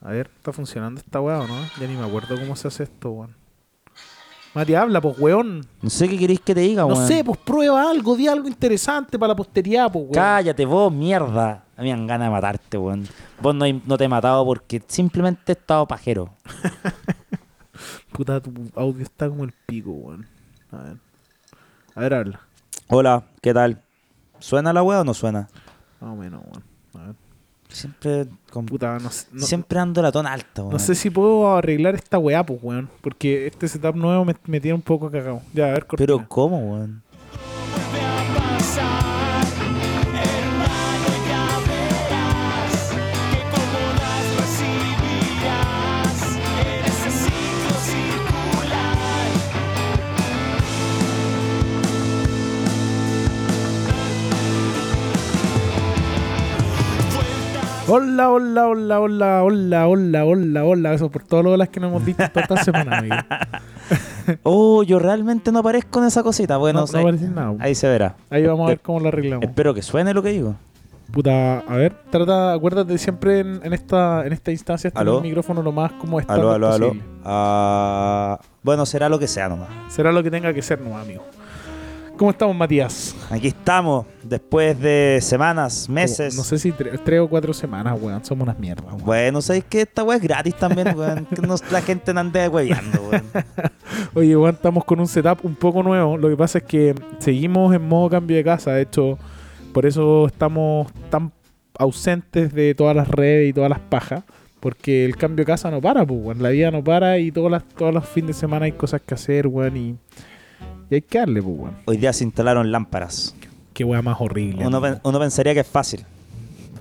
A ver, ¿está funcionando esta weá o no? Ya ni me acuerdo cómo se hace esto, weón. Mati, habla, pues, weón. No sé qué queréis que te diga, No weón. sé, pues prueba algo, di algo interesante para la posteridad, pues, weón. Cállate vos, mierda. A mí me dan ganas de matarte, weón. Vos no, no te he matado porque simplemente he estado pajero. Puta, tu audio está como el pico, weón. A ver. A ver, habla. Hola, ¿qué tal? ¿Suena la weá o no suena? Más o menos, weón. A ver. Siempre, con- Puta, no, s- no, siempre ando la tona alta, weón. no sé si puedo arreglar esta weá, pues, weón. Porque este setup nuevo me, me tiene un poco cagado. Ya, a ver, cortina. Pero ¿cómo, weón? Hola, hola, hola, hola, hola, hola, hola, hola. Eso por todas las olas que nos hemos dicho toda esta semana, amigo. Oh, yo realmente no aparezco en esa cosita. Bueno, No, no ahí- aparece nada. ahí se verá. Ahí vamos a Eh, ver cómo lo arreglamos. Espero que suene lo que digo. Puta, a ver, trata, acuérdate siempre en, en esta en esta instancia estar Aló. el micrófono lo más como está. Aló, aló, aló. Ah, bueno, será lo que sea nomás. Será lo que tenga que ser, no, amigo. ¿Cómo estamos, Matías? Aquí estamos, después de semanas, meses. Como- No sé si tre- tres o cuatro semanas, weón. Somos unas mierdas, weón. Bueno, ¿sabéis que esta weá es gratis también, weón? Que nos- la gente no ande hueveando, weón. Oye, weón, estamos con un setup un poco nuevo. Lo que pasa es que seguimos en modo cambio de casa. De hecho, por eso estamos tan ausentes de todas las redes y todas las pajas. Porque el cambio de casa no para, pues, weón. La vida no para y todas las, todos los fines de semana hay cosas que hacer, weón. Y, y hay que darle, pues, weón. Hoy día se instalaron lámparas. Qué weá más horrible. Uno, amigo. pen- uno pensaría que es fácil.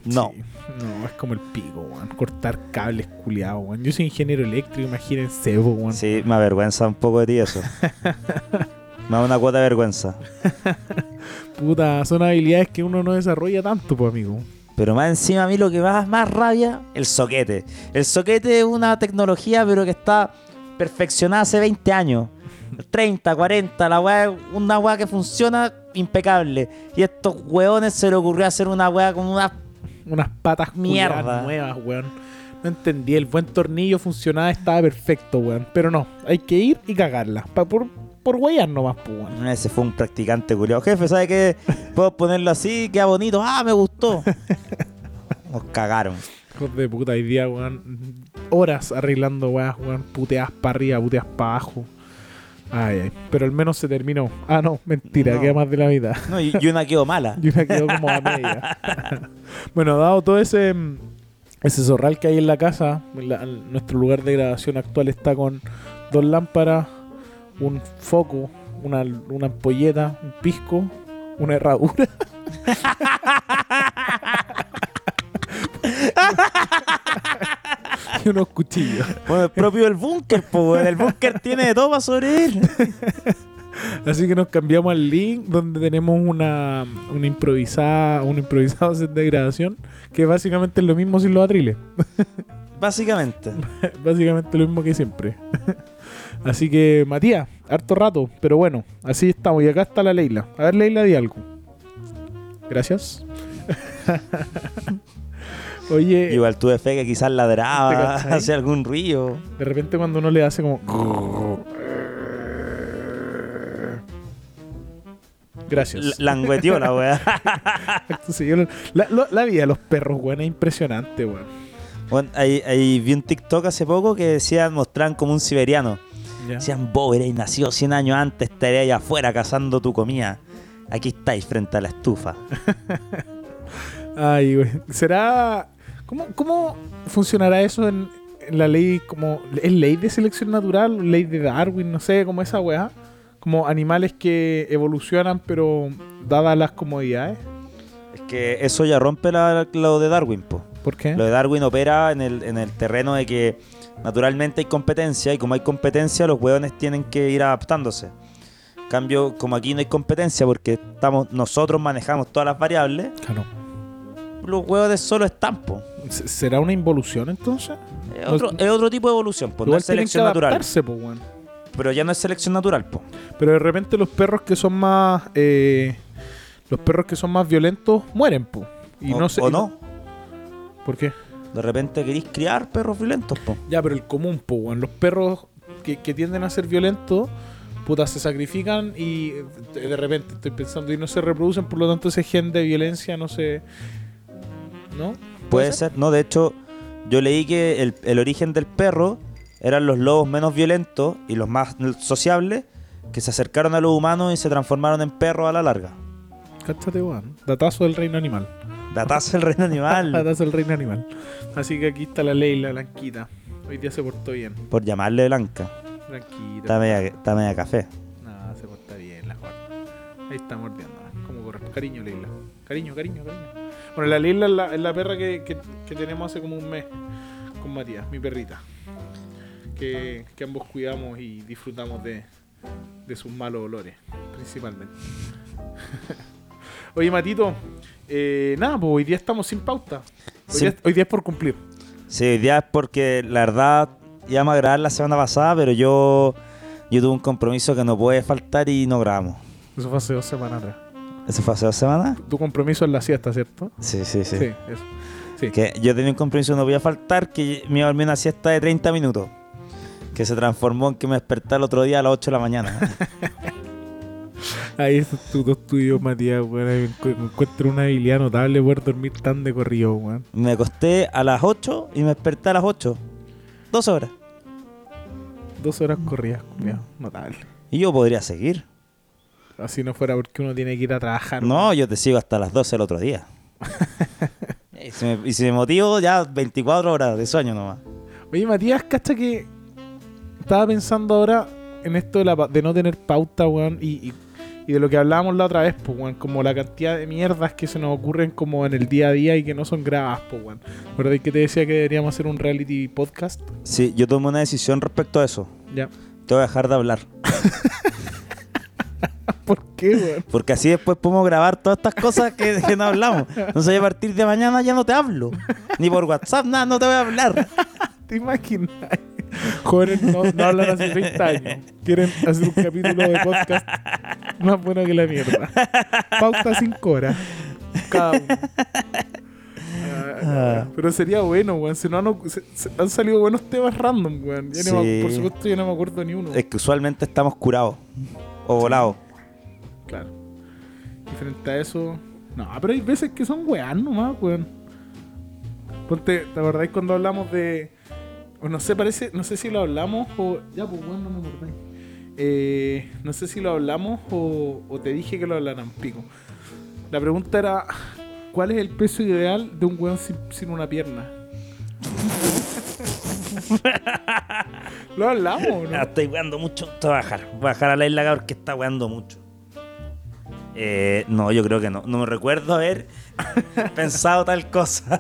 No. Sí. No, es como el pico, weón. Cortar cables culiados, weón. Yo soy ingeniero eléctrico, imagínense, po, weón. Sí, me avergüenza un poco de ti eso. me da una cuota de vergüenza. Puta, son habilidades que uno no desarrolla tanto, pues, amigo. Pero más encima a mí lo que más más rabia, el soquete. El soquete es una tecnología, pero que está perfeccionada hace 20 años. 30, 40, la weá, es una weá que funciona impecable. Y a estos weones se le ocurrió hacer una weá con una... Unas patas culiadas Mierda. nuevas, weón. No entendí, el buen tornillo funcionaba, estaba perfecto, weón. Pero no, hay que ir y cagarla. Pa- por, por huellas nomás, pues, weón. Ese fue un practicante culiao. Jefe, ¿sabe qué? Puedo ponerlo así, queda bonito. Ah, me gustó. Nos cagaron. Hijos de puta, hoy día, weón. Horas arreglando weas, weón. Puteadas para arriba, puteadas para abajo. Ay, ay. Pero al menos se terminó. Ah, no, mentira, No. queda más de la mitad. No, y, y una quedó mala. Y una quedó como a media. bueno, dado todo ese, mm, ese zorral que hay en la casa, la- nuestro lugar de grabación actual está con dos lámparas, un foco, una, una ampolleta, un pisco, una herradura. y unos cuchillos. Bueno, el propio el búnker, pues. El búnker tiene de todo para sobrevivir. Así que nos cambiamos al link donde tenemos una, una improvisada, un improvisado set de grabación que básicamente es lo mismo sin los atriles. Básicamente. Básicamente lo mismo que siempre. Así que, Matías, harto rato, pero bueno, así estamos. Y acá está la Leila. A ver, Leila, di algo. Gracias. Oye, Igual tuve fe que quizás ¿Te ladraba, cachai? hacía algún ruido. de repente cuando uno le hace como... L- Gracias. Langueteó la weá. Acto seguido, La, lo- la vida de los perros, weón, es impresionante, weón. Bueno, ahí, ahí vi un TikTok hace poco que decían, mostraban como un siberiano. Ya. Decían, vos y nacido 100 años antes, estaré allá afuera cazando tu comida. Aquí estáis frente a la estufa. Ay, güey. ¿Será. ¿Cómo, cómo funcionará eso en, en la ley? como ¿Es ley de selección natural? ¿Ley de Darwin? No sé, como esa weá. Como animales que evolucionan, pero dadas las comodidades. Es que eso ya rompe la- lo de Darwin, po. ¿Por qué? Lo de Darwin opera en el, en el terreno de que naturalmente hay competencia y como hay competencia los hueones tienen que ir adaptándose. En cambio, como aquí no hay competencia porque estamos nosotros manejamos todas las variables, Claro. los hueones solo están. po. ¿Se- ¿Será una involución entonces? Es, otro, es otro tipo de evolución, po, Pues no es tienen que selección natural. adaptarse, po, weón. Pero ya no es selección natural. po. Pero de repente los perros que son más. eh, los perros que son más violentos mueren, po. pues. Y o, no se- o no. ¿Por qué? De repente queréis criar perros violentos, po. Ya, pero el común, po, weón. Los perros que, que tienden a ser violentos, puta, se sacrifican y eh, de repente estoy pensando y no se reproducen, por lo tanto ese gen de violencia no se. ¿No? Puede ser, no, de hecho, yo leí que el, el origen del perro eran los lobos menos violentos y los más sociables que se acercaron a los humanos y se transformaron en perros a la larga. Cáchate, weón. Datazo del reino animal. Datazo el reino animal, Datazo del reino animal. Así que aquí está la ley, la blanquita. Hoy día se portó bien. por llamarle blanca. Está Blanquita. media, está media café. Nada, se porta bien la Juan. Ahí está mordiendo. ¿eh? Como corresponde. Cariño, Leila. Cariño, cariño, cariño. Bueno, la Leila es la, es la perra que, que- que tenemos hace como un mes con Matías, mi perrita. Que, que ambos cuidamos y disfrutamos de, de sus malos olores, principalmente. Oye, Matito, eh, nada, pues hoy día estamos sin pauta. Hoy, Sin- día, hoy día es por cumplir. Sí, hoy día es porque la verdad íbamos a grabar la semana pasada, pero yo, yo tuve un compromiso que no puede faltar y no grabamos. Eso fue hace dos semanas atrás. ¿Eso fue hace dos semanas? Tu compromiso es la siesta, ¿cierto? Sí, sí, sí. eso. Sí. Que yo tenía un compromiso que no podía faltar, que me iba a dormir una siesta de 30 minutos. Que se transformó en que me desperté el otro día a las 8 de la mañana. Ahí esos tus dos tuyos, Matías, weón. Ahí encu- Encuentro una habilidad notable poder dormir tan de corrido, weón. me acosté a las 8 y me desperté a las 8. Dos horas. Dos horas corridas, culiao. Notable. Y yo podría seguir. Así no fuera porque uno tiene que ir a trabajar. No, yo te sigo hasta las 12 el otro día. y, si me, y si me motivo, ya 24 horas de sueño nomás. Oye, Matías, cacha que estaba pensando ahora en esto de, la pa- de no tener pauta, weón, y, y- y de lo que hablábamos la otra vez, pues, weón, como la cantidad de mierdas que se nos ocurren como en el día a día y que no son grabadas, pues, weón. ¿Verdad? que te decía que deberíamos hacer un reality podcast. Sí, yo tomé una decisión respecto a eso. Ya. Te voy a dejar de hablar. ¿Por qué, weón? Porque así después podemos grabar todas estas cosas que, que no hablamos. Entonces, a partir de mañana ya no te hablo. Ni por WhatsApp, nada, no te voy a hablar. ¿Te imaginas? Jóvenes no, no hablan hace 30 años. Quieren hacer un capítulo de podcast más bueno que la mierda. Pauta 5 horas. Cada uno. Ah, Pero sería bueno, weón. Se, no han, se- se- han salido buenos temas random, weón. Ya no me- Sí. por supuesto, yo no me acuerdo ni uno. Es que usualmente estamos curados o volados. Claro. Y frente a eso. No, pero hay veces que son weas nomás, weón. Ponte, ¿te acordáis cuando hablamos de. o no sé, parece. No sé si lo hablamos o. Ya, pues weón, no me acordáis. Eh, no sé si lo hablamos o, o te dije que lo hablaran, pico. La pregunta era: ¿Cuál es el peso ideal de un weón sin, sin una pierna? lo hablamos, o Ah, ¿no? estoy weando mucho. Te voy a bajar. Voy a bajar a la isla porque está weando mucho. Eh, no, yo creo que no. No me recuerdo haber pensado tal cosa.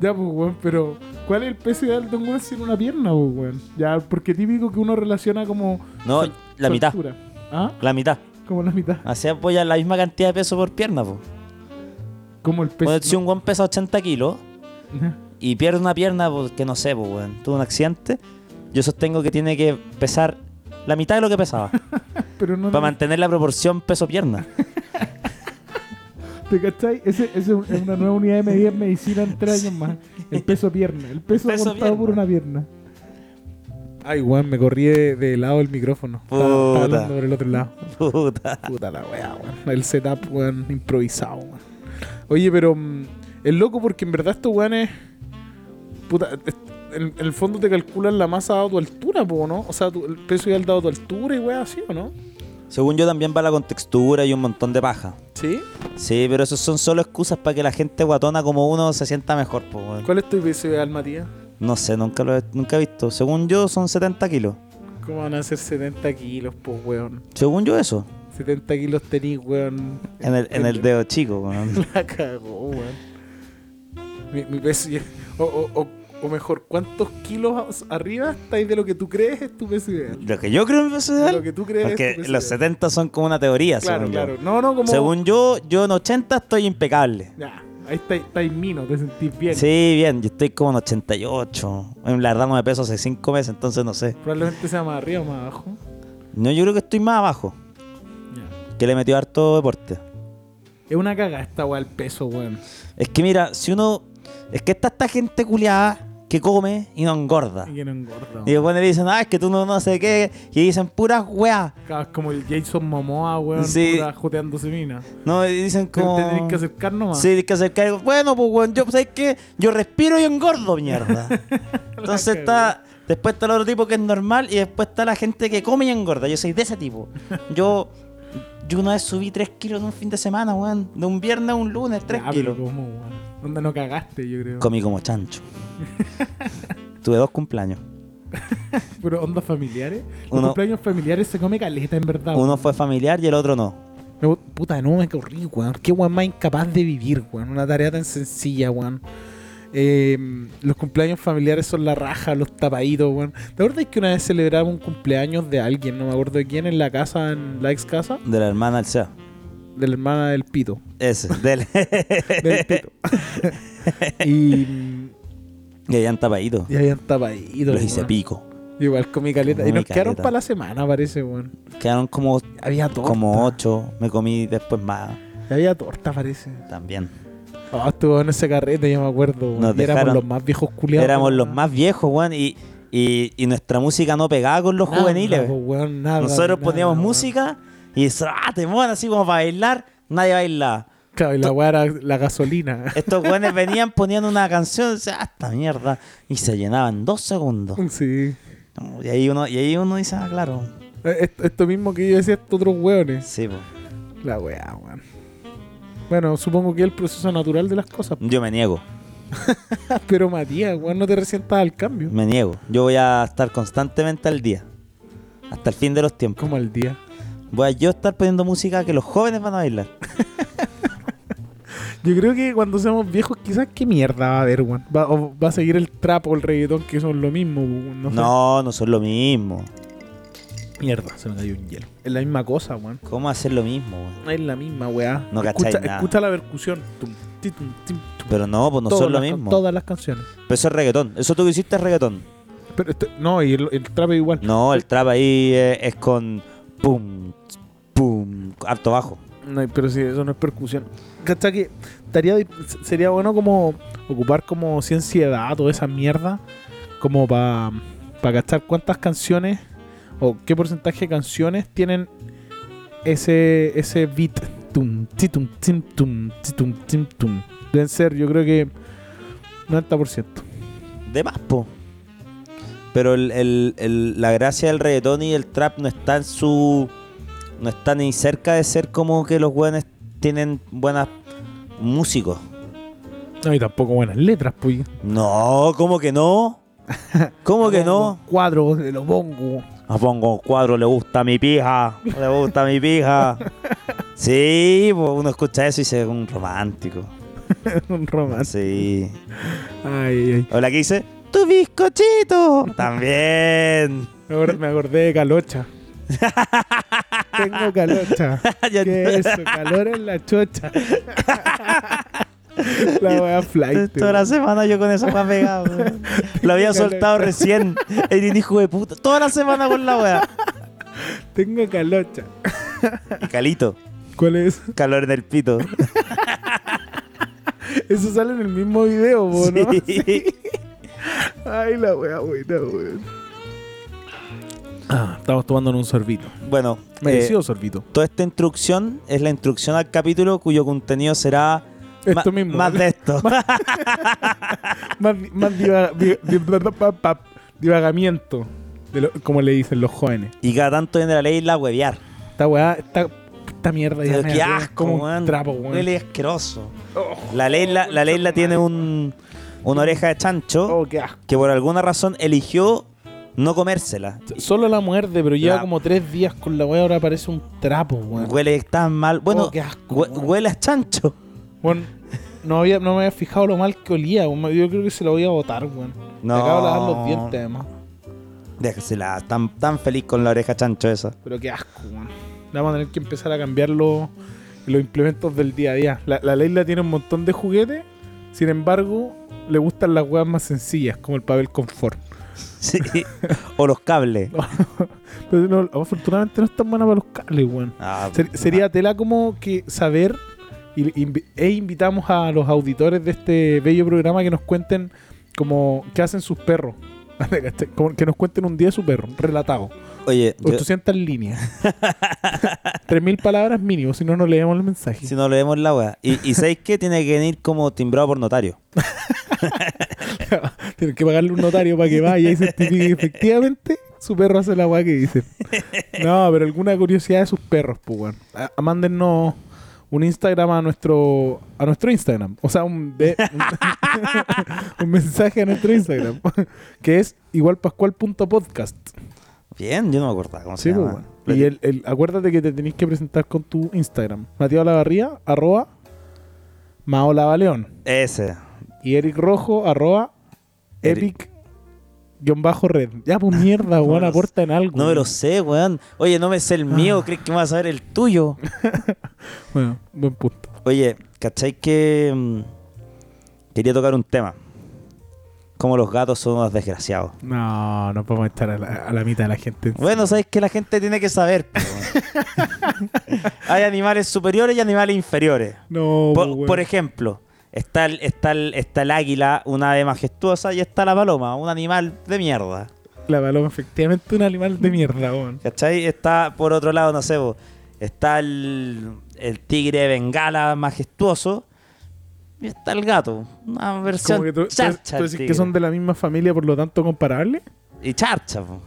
Ya, pues, weón, pero ¿cuál es el peso ideal de un weón sin una pierna, pues, weón? Ya, porque típico que uno relaciona como. No, su- la su mitad. Ah. altura. ¿Ah? La mitad. Como la mitad. Así apoya la misma cantidad de peso por pierna. Po. Como el peso. Bueno, si un guan pesa 80 kilos y pierde una pierna porque no sé, pues, weón, tuvo un accidente, yo sostengo que tiene que pesar la mitad de lo que pesaba Pero no. para mantener la proporción peso-pierna. ¿Te cachai? Ese, ese es una nueva unidad de medida en medicina en tres años más. El peso pierna. El peso, peso cortado por pierna. una pierna. Ay, weón, me corrí de, de lado el micrófono. Estaba- Estaba Puta. hablando por el otro lado. Puta. Puta la weá, weón. El setup, weón, improvisado, weón. Oye, pero mm, es loco porque en verdad estos weones. Puta, es- en, en el fondo te calculan la masa dado tu altura, po, ¿no? O sea, tu- el peso ideal dado tu altura y weá, así, ¿o no? Según yo también va la contextura y un montón de paja. Sí. Sí, pero eso son solo excusas para que la gente guatona como uno se sienta mejor, po, weón. ¿Cuál es tu peso ideal, Matías? No sé, nunca lo he, nunca he visto. Según yo son 70 kilos. ¿Cómo van a ser 70 kilos, po, weón? Según yo eso. 70 kilos tenís, weón. En el, en el dedo chico, weón. La cagó, weón. Mi, mi peso ideal- O, o- o- o mejor, ¿cuántos kilos arriba estáis de lo que tú crees es tu peso ideal? Lo que yo creo en peso De ideal. lo que tú crees es Porque tu peso los ideal. 70 son como una teoría, Claro, según claro. yo. No, no, como. Según yo, yo en 80 estoy impecable. Ya, ahí está, está ahí mino, te sentís bien. Sí, bien, yo estoy como en 88. En La verdad no me peso hace 5 meses, entonces no sé. Probablemente sea más arriba o más abajo. No, yo creo que estoy más abajo. Ya. Que le metió harto deporte. Es una caga esta weá el peso, weón. Es que mira, si uno Es que está esta gente culiada que come y no engorda. Y que no engorda. Ah. Y después le dicen, ah, es que tú no, no sé qué. Y dicen puras weas. Cabas como el Jason Momoa, weón, Sí. puta, joteándose mina. No, y dicen Te- como. Te tenés que acercar nomás. Sí, tienes que acercar. Bueno, pues weón, yo, ¿sabes qué? Yo respiro y engordo, mierda. Entonces La está. Después está el otro tipo que es normal y después está la gente que come y engorda. Yo soy de ese tipo. Yo. Yo una vez subí 3 kilos en un fin de semana, weón. De un viernes a un lunes, 3 Ya, pero kilos. ¿cómo, weón? Onda no cagaste, yo creo. Comí como chancho. Tuve dos cumpleaños. Pero ondas familiares. Los Uno- cumpleaños familiares se come caleta, en verdad. Uno fue familiar y el otro no. Me gu- Puta, no me corrí, weón. Qué weón más incapaz de vivir, weón. Una tarea tan sencilla, weón. Eh, los cumpleaños familiares son la raja, los tapaditos, weón. ¿Te acuerdas que una vez celebramos un cumpleaños de alguien, no me acuerdo de quién, en la casa, en la ex casa? De la hermana del SEA. De la hermana del pito. Ese, del. Del pito. y, mm, y habían tapadito. y habían tapaditos. Los hice weón. pico. Igual comí caleta. Y Comí nos quedaron caleta. para la semana, parece, weón. Quedaron como, Había torta. como ocho. Me comí después más Había torta, parece. también. Ah, estuvo en ese carrete, yo me acuerdo. weón. Nos Y éramos dejaron- los más viejos culiados. Éramos weón. los más viejos, weón. Y, y, y nuestra música no pegaba con los Nada, juveniles. po, weón, nada, Nosotros nada, poníamos weón. música y eso, ah, te molan así como para bailar. Nadie bailaba. Claro, y la weá era la gasolina. Estos weones venían poniendo una canción, o sea, ah, esta mierda. Y se llenaban dos segundos. sí. Y ahí uno, y ahí uno dice, ah, claro. Eh, Esto, esto mismo que yo decía estos otros weones. Sí, po. La weá, weón. Bueno, supongo que es el proceso natural de las cosas. Yo me niego, Pero Matías, weón, no te resientas al cambio. me niego. Yo voy a estar constantemente al día. Hasta el fin de los tiempos. Como al día. Voy a yo estar poniendo música que los jóvenes van a bailar. Yo creo que cuando seamos viejos, quizás qué mierda va a haber, weón. Va, o va a seguir el trap o el reggaetón, que son lo mismo, weón. No, sé. No, no son lo mismo. Mierda, se me cayó un hielo. Es la misma cosa, weón. ¿Cómo hacer lo mismo, weón? Es la misma weá. No escucha, cacháis nada. escucha la percusión. Tum, ti, tum, tim, tum. Pero no, pues no Todas son lo las can- mismo. Todas las canciones. Pero eso es reggaetón. Eso tú que hiciste es reggaetón. Pero esto- no, y el, el trap es igual. No, el trap ahí eh, es, con pum, pum, harto bajo. No, pero si eso no es percusión. ¿Cachai? Que estaría, di- se- sería bueno como ocupar como ciencia de datos, esa mierda, como para pa cachar cuántas canciones o qué porcentaje de canciones tienen ese, ese beat. Tum, ti, tum, tim, tum, ti, tum, tim, tum. Deben ser, yo creo que 90%. De más, po. Pero el- el- el- la gracia del reggaetón y el trap no está en su. No está ni cerca de ser como que los buenos tienen buenas músicos. No, y tampoco buenas letras, pues. No, ¿cómo que no? ¿Cómo que no? Cuadros de los bongos. A pongo cuadro, le gusta mi pija, le gusta mi pija. Sí, po, uno escucha eso y se ve un romántico. Un romance. Sí. Ay, ay, ay. O la que dice, tu bizcochito. También. Me acordé, me acordé de calocha. Tengo calocha. Ya- ¿Qué es eso? Calor en la chocha. la wea flight. Toda la semana yo con esa más pegado. Lo había calor. soltado recién. El hijo de puta. Toda la semana con la wea. Tengo calocha. Y calito. ¿Cuál es? Calor en el pito. Eso sale en el mismo video, po, Oh, ¿no? Sí. Ay, la wea buena, weón. Ah, estamos tomando un sorbito. Bueno, Merecido eh, sorbito. toda esta instrucción es la instrucción al capítulo cuyo contenido será Esto ma- mismo. más de esto. más, di- más diva- di- di- bla- bla- bla- bla- divagamiento, de lo- como le dicen los jóvenes. y cada tanto viene la ley la huevear. Esta weá, esta, esta mierda ya Pero me qué arde, asco, como weón. un trapo, weón. Huele asqueroso. Oh, La ley la, la ley la tiene un una oreja de chancho oh, qué asco. que por alguna razón eligió no comérsela. Solo la muerde, pero lleva La- como tres días con la weá, ahora parece un trapo, weón. Huele tan mal. Bueno, Oh, qué asco, hue- weón. huele a chancho. Weón, no, había, no me había fijado lo mal que olía, weón. Yo creo que se lo voy a botar, weón. Me No. acabo de lavar los dientes, además. Déjasela, tan, tan feliz con la oreja chancho esa. Pero qué asco, weón. Le Vamos a tener que empezar a cambiar los, los implementos del día a día. La, la Leila tiene un montón de juguetes, sin embargo, le gustan las huevas más sencillas, como el papel confort. Sí. o los cables. Pero no, afortunadamente no es tan buena para los cables, weón. Ah, Ser- sería tela como que saber y invi- e invitamos a los auditores de este bello programa que nos cuenten como qué hacen sus perros. ¿Cachai? Como que nos cuenten un día de su perro, relatado. Oye, yo- 800 líneas. 3.000 palabras mínimo, si no, no leemos el mensaje. si no leemos la weá. Y, y ¿sabéis qué? Tiene que venir como timbrado por notario. Tienen que pagarle un notario para que vaya y certifique que efectivamente su perro hace la weá que dice. No, pero alguna curiosidad de sus perros, pues, weón. A- a- Mándennos un Instagram a nuestro a nuestro Instagram. O sea, un, de- un, un mensaje a nuestro Instagram. que es igualpascual.podcast. Bien, yo no me acordaba cómo Sí, se pues, llama. weón. Y el, el- acuérdate que te tenés que presentar con tu Instagram. Mateo Lavarría, arroba maolavaleón. Ese. Y Eric Rojo, arroba Eric. Ah, Epic guión bajo red. Ya, pues mierda, No me weón, lo aporta en algo. No me lo weón. sé, weón. Oye, no me sé el Ah. mío, ¿crees que me vas a saber el tuyo? Bueno, buen punto. Oye, ¿cachai que mm, quería tocar un tema? Como los gatos son unos desgraciados. No, no podemos estar a la, a la mitad de la gente. Bueno, sabes que la gente tiene que saber. po, weón. Hay animales superiores y animales inferiores. No, pues, Por, weón. por ejemplo, está el, está, el, está el águila, una ave majestuosa, y está la paloma, un animal de mierda. La paloma, efectivamente, un animal Mm. de mierda, weón. ¿Cachai? Está por otro lado, no sé, po, está el, el tigre de Bengala majestuoso y está el gato, una versión Como que tú, tú- charcha. tú del decís que tigre. son de la misma familia, por lo tanto, comparable. Y charcha, po.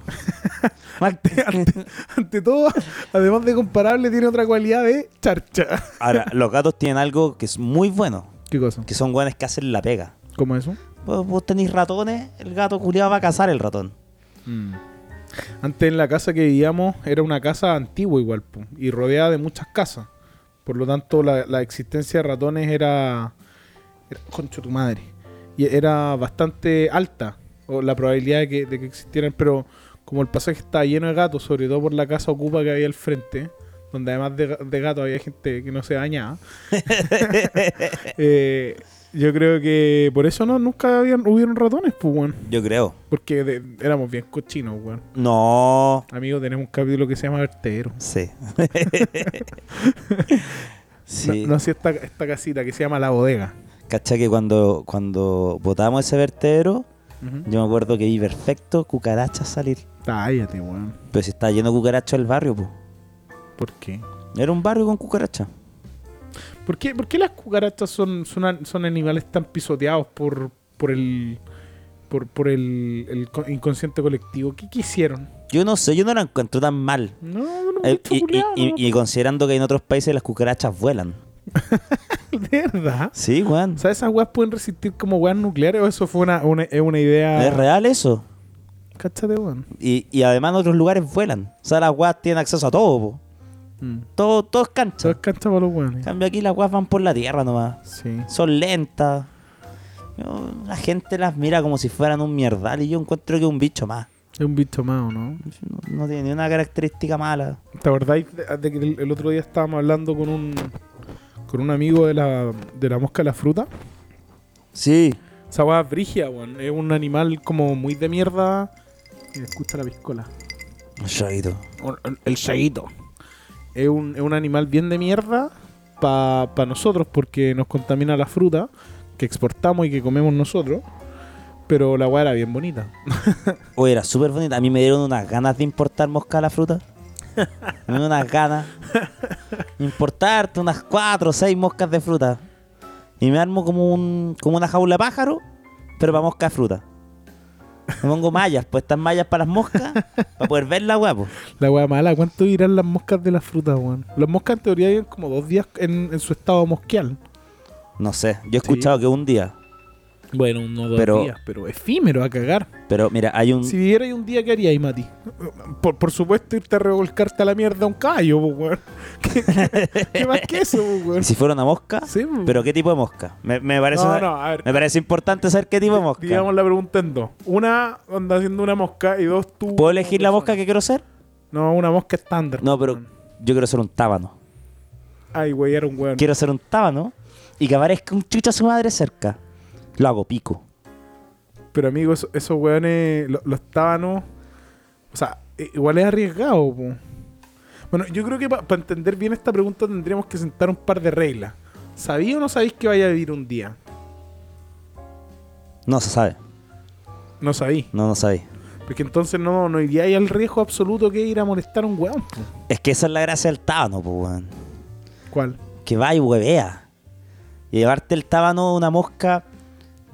Mal- Ante todo, además de comparable, tiene otra cualidad de charcha. Ahora, los gatos tienen algo que es muy bueno, ¿Qué cosa? que son guanes que hacen la pega. ¿Cómo eso? Vos, vos tenés ratones, el gato culiado va a cazar el ratón. Antes en la casa que vivíamos era una casa antigua igual po, y rodeada de muchas casas. Por lo tanto, la, la existencia de ratones era, era- Concho tu madre. Y era bastante alta o la probabilidad de que, de que existieran. Pero como el pasaje estaba lleno de gatos, sobre todo por la casa ocupa que había al frente, donde además de, de gatos había gente que no se bañaba. eh, yo creo que por eso no, nunca habían, hubieron ratones, pues, weón. Yo creo. Porque de- éramos bien cochinos, weón. No. Amigo, tenemos un capítulo que se llama Vertedero. Sí. sí. No, no así esta, esta casita que se llama La Bodega. Cacha que cuando, cuando botamos ese vertedero, Ujú. yo me acuerdo que vi perfecto cucarachas salir. Cállate, weón. Pero si estaba lleno de cucarachas el barrio, pues. ¿Por qué? Era un barrio con cucarachas. ¿Por qué, por qué las cucarachas son, son, an- son animales tan pisoteados por, por el por, por el, el co- inconsciente colectivo? ¿Qué quisieron? Yo no sé, yo no la encuentro tan mal. No, no, Eh, bicho y, y- culiao, y- no. y considerando que en otros países las cucarachas vuelan. De verdad. Sí, Juan. O sea, esas weas pueden resistir como weas nucleares o eso fue una, una, es una idea. ¿Es real eso? Cáchate, weón. Y, y además en otros lugares vuelan. O sea, las guas tienen acceso a todo, po. Mm. Todo, todo es Se cancha. En descansa para los weones. cambio aquí las guas van por la tierra nomás. Sí. son lentas. Yo- La gente las mira como si fueran un mierdal y yo encuentro que es un bicho más. Es un bicho más, ¿o ¿no? No, no tiene ni una característica mala. ¿Te acordáis de, de que el, el otro día estábamos hablando con un con un amigo de la, de la mosca de la fruta? Sí. Esa hueá es brigia, weón. Es un animal como muy de mierda. Y escucha la piscola. Un chorrito. El seguito. Es un, es un animal bien de mierda para nosotros porque nos contamina la fruta que exportamos y que comemos nosotros. Pero la hueá era bien bonita. Oye, era súper bonita. A mí me dieron unas ganas de importar mosca a la fruta. Me dieron unas ganas. Importarte unas cuatro o seis moscas de fruta. Y me armo como, un, como una jaula de pájaro, pero para mosca de fruta. Me pongo mallas, pues estas mallas para las moscas, para poder verla, guapo. La hueá mala, ¿cuánto dirán las moscas de la fruta, weón? Las moscas en teoría viven como dos días en, en su estado mosquial. No sé, yo he escuchado que un día Bueno, no dos Pero- días, pero efímero a cagar. Pero mira, hay un. Si viviera ahí un día, ¿qué haríais, Mati? Mm. Por, por supuesto, irte a revolcarte a la mierda a un callo, po, weón. ¿Qué, qué- qué más que eso, po, weón? Si fuera una mosca. Sí, po. Pero qué tipo de mosca. Me, me parece. No, no, a ver. Me parece importante saber qué tipo de mosca. Digamos la pregunta en dos. Una, onda haciendo una mosca, y dos, tú. ¿Puedo elegir la mosca que quiero ser? No, una mosca estándar. No, pero weón. yo quiero ser un tábano. Ay, güey, era un weón. Quiero ser un tábano y que aparezca un chucha su madre cerca. Lo hago pico. Pero, amigo, eso- esos weones, lo- los tábanos. O sea, i- igual es arriesgado, po. Bueno, yo creo que para entender bien esta pregunta tendríamos que sentar un par de reglas. ¿Sabí o no sabéis que vaya a vivir un día? No se sabe. No sabí. No, no sabéis. Porque entonces no, no iría ahí al riesgo absoluto que es ir a molestar a un weón. po. Es que esa es la gracia del tábano, pues, weón. ¿Cuál? Que va y huevea. Y llevarte el tábano una mosca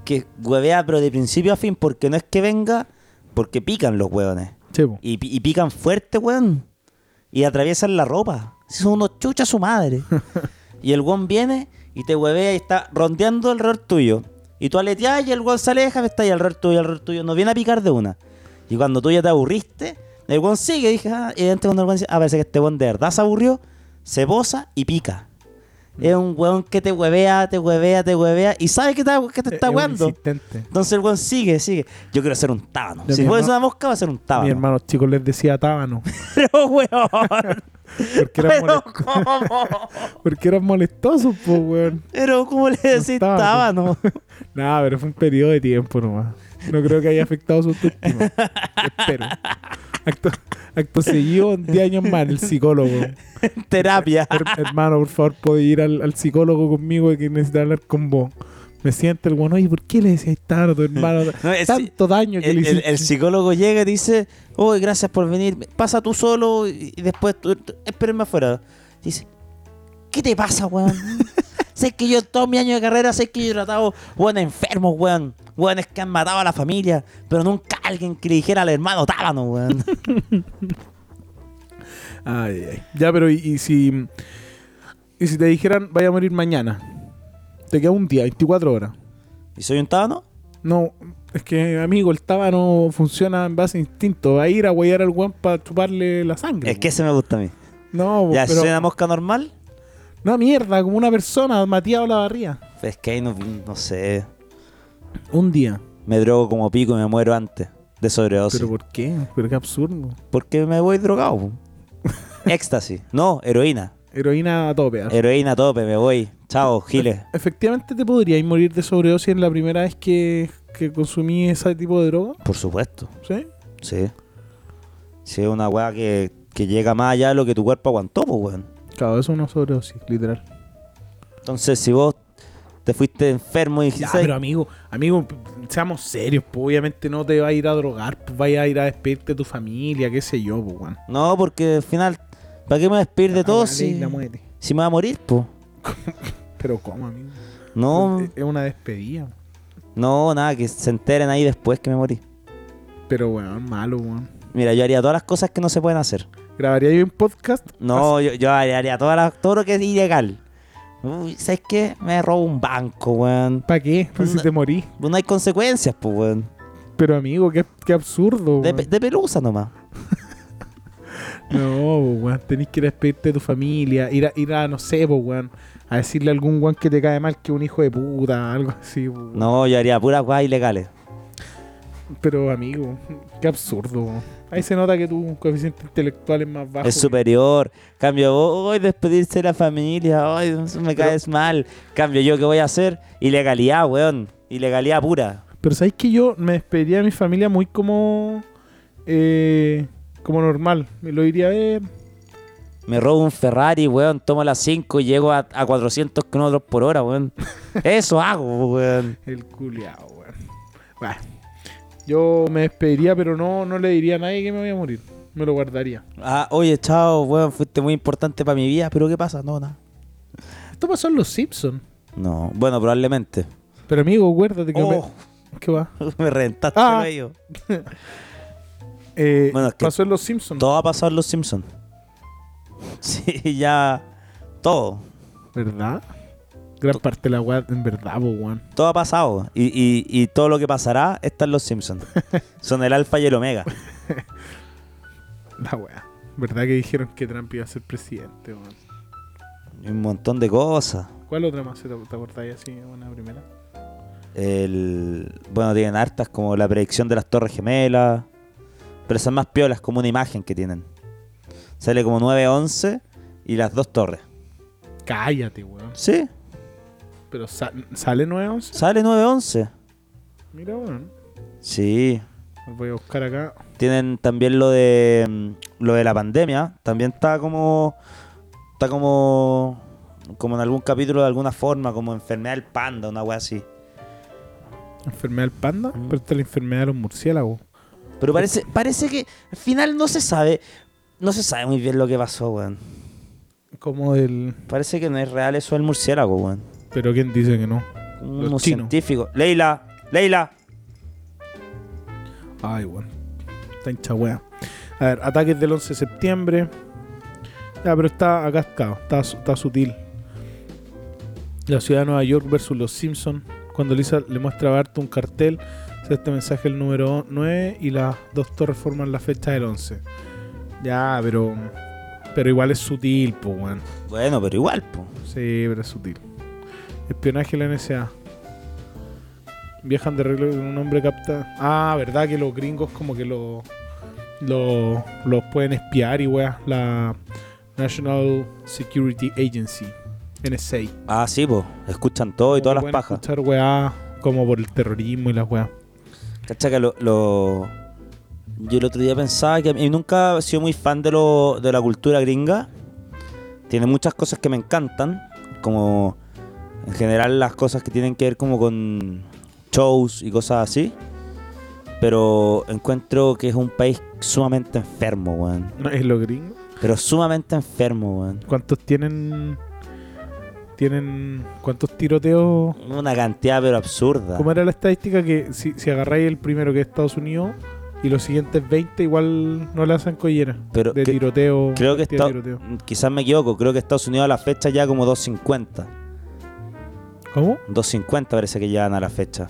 que huevea, pero de principio a fin, porque no es que venga, porque pican los hueones. Chepo. Y, pi- y pican fuerte, weón. Y atraviesan la ropa. Si son unos chuchas su madre. y el weón viene y te huevea y está rondeando alrededor tuyo. Y tú aleteás y el weón se aleja, está ahí alrededor tuyo, alrededor tuyo. No viene a picar de una. Y cuando tú ya te aburriste, el weón sigue. Y dije, ah, y antes cuando el weón dice, ah, parece que este weón de verdad se aburrió, se posa y pica. Es un weón que te huevea, te huevea, te huevea. Y sabe que te, que te Eh, Es- está es un hueando. insistente. Entonces el weón sigue, sigue. Yo quiero ser un tábano. De Si mi puedes herma- una mosca, va a ser un tábano. Mi hermano chico les decía tábano. Pero, weón. Porque eran, Pero, molest- ¿cómo? porque eran molestosos, pues, weón. Pero, ¿cómo le decís estaba, tábano? Nada, pero fue un periodo de tiempo nomás. No creo que haya afectado su autoestima. Espero. Acto, acto seguido, 10 años más, el psicólogo. Her- Terapia. hermano, por favor, puede ir al, al psicólogo conmigo que necesita hablar con vos. Me siente el bueno, oye, ¿por qué le decías tanto, hermano? No, el- Tanto daño que El, le el- hiciste. el psicólogo llega y dice, uy, gracias por venir. Pasa tú solo y y después tú, tú- espérenme afuera. Dice, ¿qué te pasa, weón? sé que yo todo mi año de carrera sé que yo he tratado weón enfermos, weón. Weones que han matado a la familia, pero nunca alguien que le dijera al hermano tábano, weón. Ay, ay. Ya, pero ¿y, y si y si te dijeran vaya a morir mañana? Te queda un día, 24 horas. ¿Y soy un tábano? No, es que, amigo, el tábano funciona en base a instinto. Va a ir a guayar al guan para chuparle la sangre. Es que ese me gusta a mí. No, pues, Ya, si Uh, pero... soy una mosca normal, No, mierda, como una persona mateado la barriga. es que ahí no, no sé. Un día. Me drogo como pico y me muero antes de sobredosis. ¿Pero por qué? Pero qué absurdo. Porque me voy drogado. po. Éxtasis. No, heroína. Heroína a tope. así. Heroína a tope, me voy. Chao, Giles. Efectivamente, te podrías morir de sobredosis en la primera vez que, que consumí ese tipo de droga, Por supuesto, ¿sí? sí. Sí, es una weá que, que llega más allá de lo que tu cuerpo aguantó, pues weón. Claro, eso es una sobredosis, literal. Entonces, si vos te fuiste enfermo y dijiste. Ya, pero amigo, amigo, p- seamos serios, pues, obviamente no te vas a ir a drogar, pues vas a ir a despedirte de tu familia, qué sé yo, pues, weón. No, porque al final, ¿para qué me voy a despedir de todo Ah, si, la muerte. si me va a morir, pues? Pero cómo, amigo. No, Es- Es una despedida. no, nada, que se enteren ahí después que me morí. Pero weón, malo, weón. Mira, yo haría todas las cosas que no se pueden hacer. ¿Grabaría yo un podcast? No, yo, yo haría haría todas las- todo lo que es ilegal. Uy, ¿sabes qué? Me robo un banco, weón. ¿Para qué? Pues si No. te morí. No hay consecuencias, pues, weón. Pero amigo, qué, qué absurdo, De, weón. pe- de pelusa nomás. No, pues, weón, tenés que ir a despedirte de tu familia, ir a, ir a no sé, pues, weón, a decirle a algún weón que te cae mal que un hijo de puta, algo así, pues, weón. No, yo haría puras weas ilegales. Pero amigo, qué absurdo. weón. Ahí se nota que tu coeficiente intelectual es más bajo. Es superior. Cambio, hoy despedirse de la familia. Hoy me Pero- caes mal. Cambio, ¿yo qué voy a hacer? Ilegalidad, weón. Ilegalidad pura. Pero sabéis que yo me despediría de mi familia muy como. eh, como normal. Me lo "Eh, iría a ver. Me robo un Ferrari, weón. Tomo las 5 y llego a, a 400 kilómetros por hora, weón. Eso hago, weón. El culiao, weón. Bah. Yo me despediría, pero no, no le diría a nadie que me voy a morir. Me lo guardaría. Ah, oye, chao, weón. Fuiste muy importante para mi vida. Pero ¿qué pasa? No, nada. Esto pasó en Los Simpsons. No, bueno, probablemente. Pero amigo, acuérdate que. Oh, me- ¿Qué va? me reventaste Ah. el cuello. Eh, Bueno, es que- pasó en Los Simpsons. Todo ha pasado en Los Simpsons. Sí, ya. Todo. ¿Verdad? Gran parte de la weá, en verdad, po, weón. Todo ha pasado. Y, y- y todo lo que pasará está en Los Simpsons. Son el alfa y el omega. La weá. ¿Verdad que dijeron que Trump iba a ser presidente, weón? Y Un montón de cosas. ¿Cuál otra más se te, te acordáis así, una primera? El, bueno, tienen hartas como la predicción de las Torres Gemelas. Pero son más piolas, como una imagen que tienen. Sale como 9-11 y las dos torres. Cállate, weón. Sí, Pero sa- sale 911. sale 9-11. Mira, weón. Sí. Los Voy a buscar acá. Tienen también lo de mm, lo de la pandemia. También está como está como Como en algún capítulo de alguna forma, como enfermedad del panda, una weá así. ¿Enfermedad del panda? Mm. Pero esta es la enfermedad de los murciélagos. Pero parece, parece que al final no se sabe. No se sabe muy bien lo que pasó, weón. Como del. Parece que no es real eso del murciélago, weón. Pero ¿quién dice que no? Los Un chinos. científico. Leila, Leila. Ay, weón. Está hincha wea. A ver, ataques del 11 de septiembre. Ya, pero está acá, está, está, su- está sutil. La ciudad de Nueva York versus los Simpsons. Cuando Lisa le muestra a Bart un cartel, se da este mensaje el número 9 y las dos torres forman la fecha del 11. Ya, pero. Pero igual es sutil, pues, weón. Bueno, pero igual, po. Sí, pero es sutil. Espionaje de la NSA. Viajan de regreso con un hombre capta. Ah, verdad que los gringos como que lo, lo- los pueden espiar y weá. La National Security Agency, NSA. Ah, sí, po. Escuchan todo Oh, y Como todas que las pueden pajas. Escuchar weá como por el terrorismo y las weá. Cacha que lo, lo- Yo el otro día pensaba que a mí nunca he sido muy fan de, lo, de la cultura gringa. Tiene muchas cosas que me encantan, como en general las cosas que tienen que ver como con shows y cosas así. Pero encuentro que es un país sumamente enfermo, weón. ¿No es lo gringo? Pero sumamente enfermo, weón. ¿Cuántos tienen. Tienen. ¿Cuántos tiroteos? Una cantidad pero absurda. ¿Cómo era la estadística? Que si, si agarráis el primero que es Estados Unidos y los siguientes 20 igual no le hacen collera. Pero de que- tiroteo. Creo que cantidad está, de tiroteo. quizás me equivoco, creo que Estados Unidos a la fecha ya como 250. ¿Cómo? 250 parece que llegan a la fecha.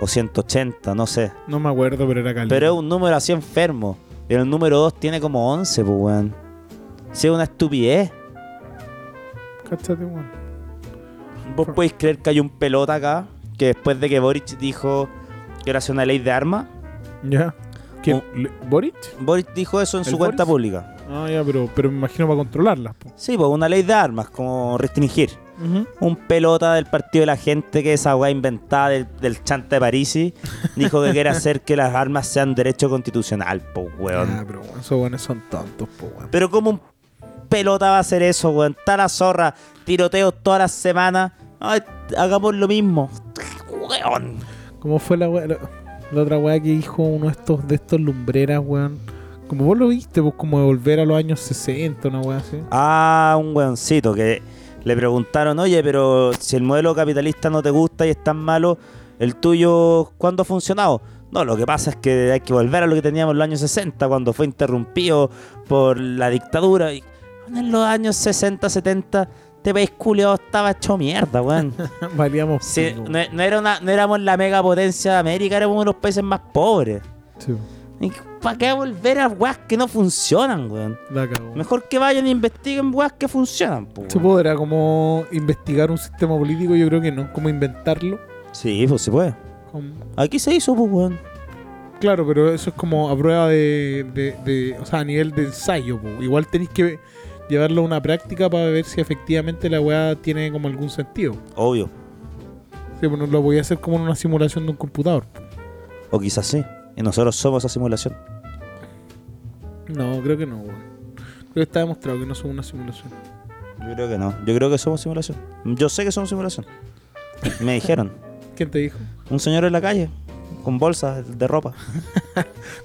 O 180, no sé. No me acuerdo, pero era caliente. Pero es un número así enfermo. Y el número 2 tiene como 11, pues, weón. Si es una estupidez. Cáchate, weón. Vos podéis creer que hay un pelota acá que después de que Boric dijo que era hacer una ley de armas, Ya. ¿Quién? Oh. Le- ¿Boric? Boric dijo eso en ¿El su cuenta Boris? pública. Ah, ya, pero, pero me imagino para controlarlas. po. Sí, pues una ley de armas, como restringir. Un pelota del partido de la gente que esa weá inventada del, del chanta de Parisi dijo que quiere hacer que las armas sean derecho constitucional, pues, weón. Ah, pero weón, esos weones son tontos, po, weón. Pero como un pelota va a hacer eso, weón. Está la zorra, tiroteos todas las semanas. Ay, hagamos lo mismo. Weón. ¿Cómo fue la wea- La, la otra weá que dijo uno de estos, de estos lumbreras, weón. Como vos lo viste, pues como de volver a los años 60, una weá así. Ah, un weoncito que le preguntaron, oye, pero si el modelo capitalista no te gusta y es tan malo, ¿el tuyo cuándo ha funcionado? No, lo que pasa es que hay que volver a lo que teníamos en los años 60, cuando fue interrumpido por la dictadura. Y en los años 60, 70, este país culiao estaba hecho mierda, weón. Valíamos. Sí, pico, no, no era una- no éramos la mega potencia de América, éramos uno de los países más pobres. Sí, ¿Para qué volver a weas que no funcionan, weón? la cagó. Mejor que vayan e investiguen weas que funcionan, po, ¿Se weón. podrá como investigar un sistema político? Yo creo que no. ¿Cómo inventarlo? Sí, pues se puede. Como- Aquí se hizo, pues, weón. Claro, pero eso es como a prueba de, de- de- O sea, a nivel de ensayo. po. Igual tenéis que llevarlo a una práctica para ver si efectivamente la weá tiene como algún sentido. Obvio. Sí, pues no lo voy a hacer como en una simulación de un computador. O quizás sí. Y nosotros somos esa simulación. No, creo que no, weón. Creo que está demostrado que no son una simulación. Yo creo que no. Yo creo que somos simulación. Yo sé que somos simulación. Me dijeron. ¿Quién te dijo? Un señor en la calle, con bolsas de ropa.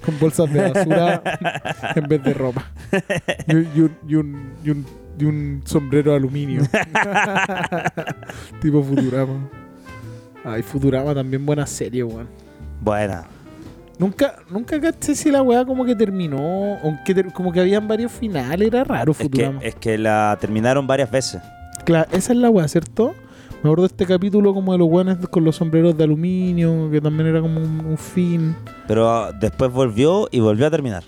Con bolsas de basura en vez de ropa. Y, un- y un, y un- y un- y un sombrero de aluminio. tipo Futurama. Ay, Futurama también buena serie, weón. Buena. Nunca, nunca caché si la weá como que terminó, aunque como que habían varios finales, era raro Es que, Futurama. es que la terminaron varias veces. Claro, esa es la weá, ¿cierto? Me acuerdo de este capítulo como de los weones con los sombreros de aluminio, que también era como un, un fin. Pero ah, después volvió y volvió a terminar.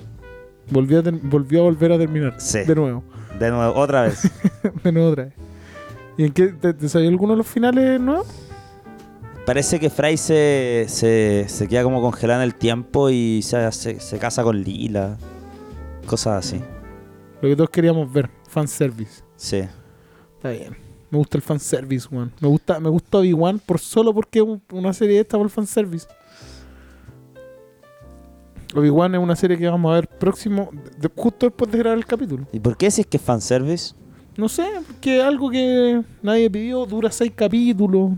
Volvió a, ter- volvió a volver a terminar. Sí. De nuevo. De nuevo, otra vez. De nuevo otra vez. ¿Y en qué? ¿Te, te salió alguno de los finales nuevos? Parece que Fry se, se, se queda como congelada en el tiempo y se, hace- se casa con Lila. Cosas así. Lo que todos queríamos ver, fanservice. Sí. Está bien. Me gusta el fanservice, weón. Me gusta, me gusta Obi-Wan por solo porque un- una serie de esta por el fanservice. Obi-Wan es una serie que vamos a ver próximo, de- justo después de grabar el capítulo. ¿Y por qué si es que es fanservice? No sé, que algo que nadie pidió dura seis capítulos.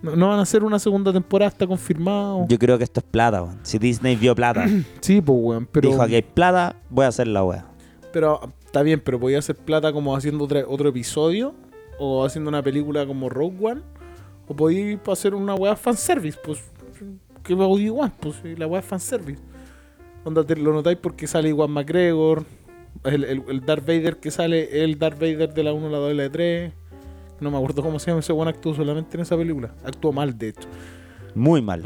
No, no van a hacer una segunda temporada, está confirmado. Yo creo que esto es plata, weón. Si Disney vio plata, Sí, pues, weón. Pero, dijo aquí hay plata, voy a hacer la weá. pero está bien, pero podía hacer plata como haciendo otra- otro episodio o haciendo una película como Rogue One. O podía hacer una weá fanservice, pues. Que va igual, pues, y la weá es fanservice. Onda, te lo notáis porque sale igual McGregor. El, el, el Darth Vader que sale, el Darth Vader de la 1, la 2 y la 3. No me acuerdo cómo se llama ese buen actuó solamente en esa película. Actuó mal, de hecho. Muy mal.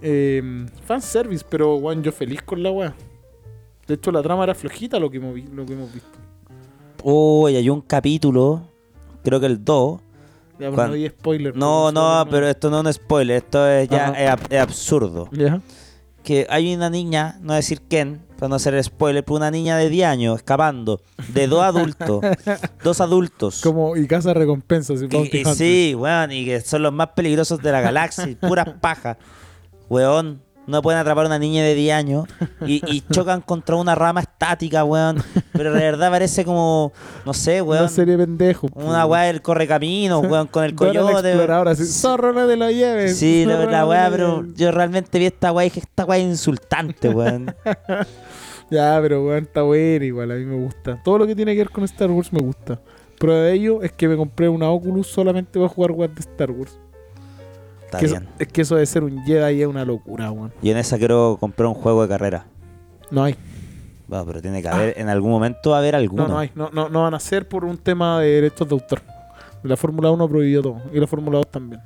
Eh, fanservice, pero weón, yo feliz con la weá. De hecho, la trama era flojita lo que hemos, vi- lo que hemos visto. Uy, hay un capítulo, creo que el 2. Ya, pero ¿Cuál? no hay spoiler. No, pues, no, pero esto no es un spoiler, esto es ya Ajá. es, ab- es absurdo. Ya. Que hay una niña, no voy a decir quién, para no hacer spoiler, pero una niña de 10 años escapando de dos adultos, dos adultos. Como, y casa recompensas. Y Y- Bounty Y, Hunters. sí, weón, y que son los más peligrosos de la galaxia, y puras pajas. Weón, no pueden atrapar a una niña de 10 años y, y chocan contra una rama estática, weón. Pero de verdad parece como, no sé, Una weón, serie de pendejos. una weá del correcaminos, weón, con el Dora la coyote. Exploradora, así, "Zorro, no te lo lleves. Sí, la, zorro, la no te weá, lo pero lleves". yo realmente vi esta weá y dije, esta weá es insultante, weón. Ya, pero weón, está buena igual, a mí me gusta. Todo lo que tiene que ver con Star Wars me gusta. Prueba de ello es que me compré una Oculus solamente para jugar weas de Star Wars. Está Que eso- bien. es que eso de ser un Jedi es una locura, weón. Yo en esa quiero comprar un juego de carrera. No hay. Va, pero tiene que haber, en algún momento va a haber alguno. Ah. No, no hay. No, no, no van a ser por un tema de derechos de autor. La Fórmula 1 prohibió todo. Y la Fórmula 2 también.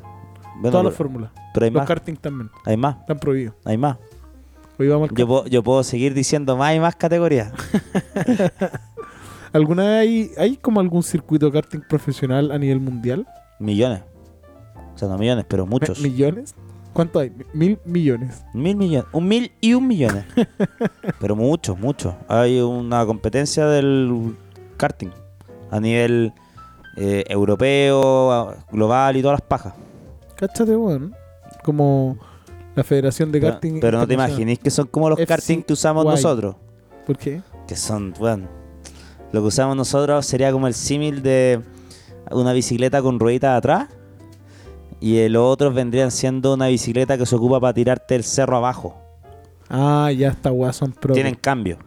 Bueno, Todas las pero, fórmulas. pero hay Los más, karting también. hay más, Están prohibidos. hay más. Hoy vamos al Yo puedo, yo puedo seguir diciendo más y más categorías. karting. ¿Alguna vez hay, hay como algún circuito de karting profesional a nivel mundial? Millones. O sea, no millones, pero Me- muchos. ¿Millones? ¿Cuánto hay? Mi- Mil millones. mil millones. Un mil y un millones. pero muchos, muchos. Hay una competencia del karting a nivel eh, europeo, a- global y todas las pajas. Cáchate, weón. Como la Federación de Pero, Karting. pero no te Internacional. imaginéis que son como los FC karting que usamos guay. nosotros. ¿Por qué? Que son, bueno, lo que usamos nosotros sería como el símil de una bicicleta con rueditas atrás. Y el otro vendrían siendo una bicicleta que se ocupa para tirarte el cerro abajo. Ah, ya está, weón. Son pro. Tienen cambio.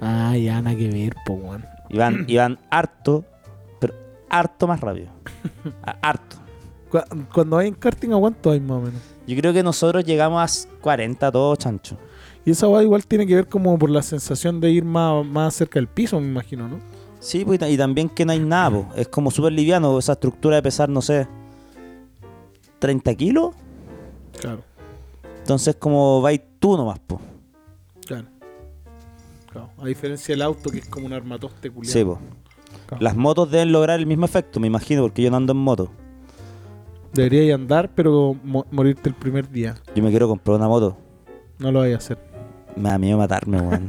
Ah, ya nada que ver, po, weón. Y van, y van harto, pero harto más rápido. A- Harto. Cu- Cuando hay en karting, ¿a cuánto hay más o menos? Yo creo que nosotros llegamos a s- 40 todos chancho. Y esa weá igual tiene que ver como por la sensación de ir más, más cerca del piso, me imagino, ¿no? Sí, pues, y ta- y también que no hay nada, po. es como súper liviano, esa estructura de pesar, no sé, 30 kilos. Claro, Entonces como vais tú nomás, po. claro. Claro. A diferencia del auto que es como un armatoste culiado. Sí, po. Claro. Las motos deben lograr el mismo efecto, me imagino, porque yo no ando en moto. Debería ir a andar, pero mo- morirte el primer día. Yo me quiero comprar una moto. No lo vayas a hacer. Me da miedo matarme, weón.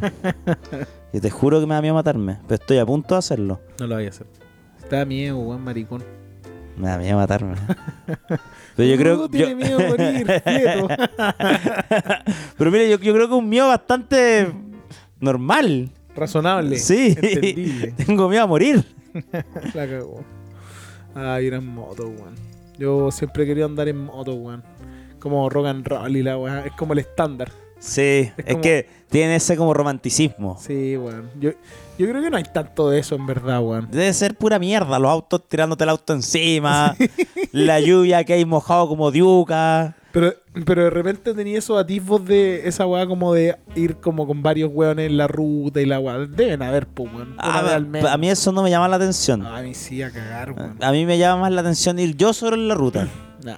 yo te juro que me da miedo matarme, pero estoy a punto de hacerlo. No lo vayas a hacer. Está miedo, weón, maricón. Me da miedo matarme. Pero yo creo Uh, tiene yo- miedo a morir, quieto. Pero mire, yo, yo creo que es un miedo bastante normal. Razonable. Sí. Entendible. Tengo miedo a morir. La cagó. Ah, ir en moto, weón. Yo siempre he querido andar en moto, weón. Como rock and roll y la weá. Es como el estándar. Sí, es, Es como- que tiene ese como romanticismo. Sí, weón. Yo, yo creo que no hay tanto de eso, en verdad, weón. Debe ser pura mierda, los autos tirándote el auto encima, la lluvia que hay mojado como diuca. Pero, pero de repente tenía esos atisbos de esa weá como de ir como con varios weones en la ruta y la weá. Deben haber, pues, weón. Una Ah, vez al a mí eso no Ah, me llama la atención. A mí sí, a cagar, weón. A mí me llama más la atención ir yo solo en la ruta.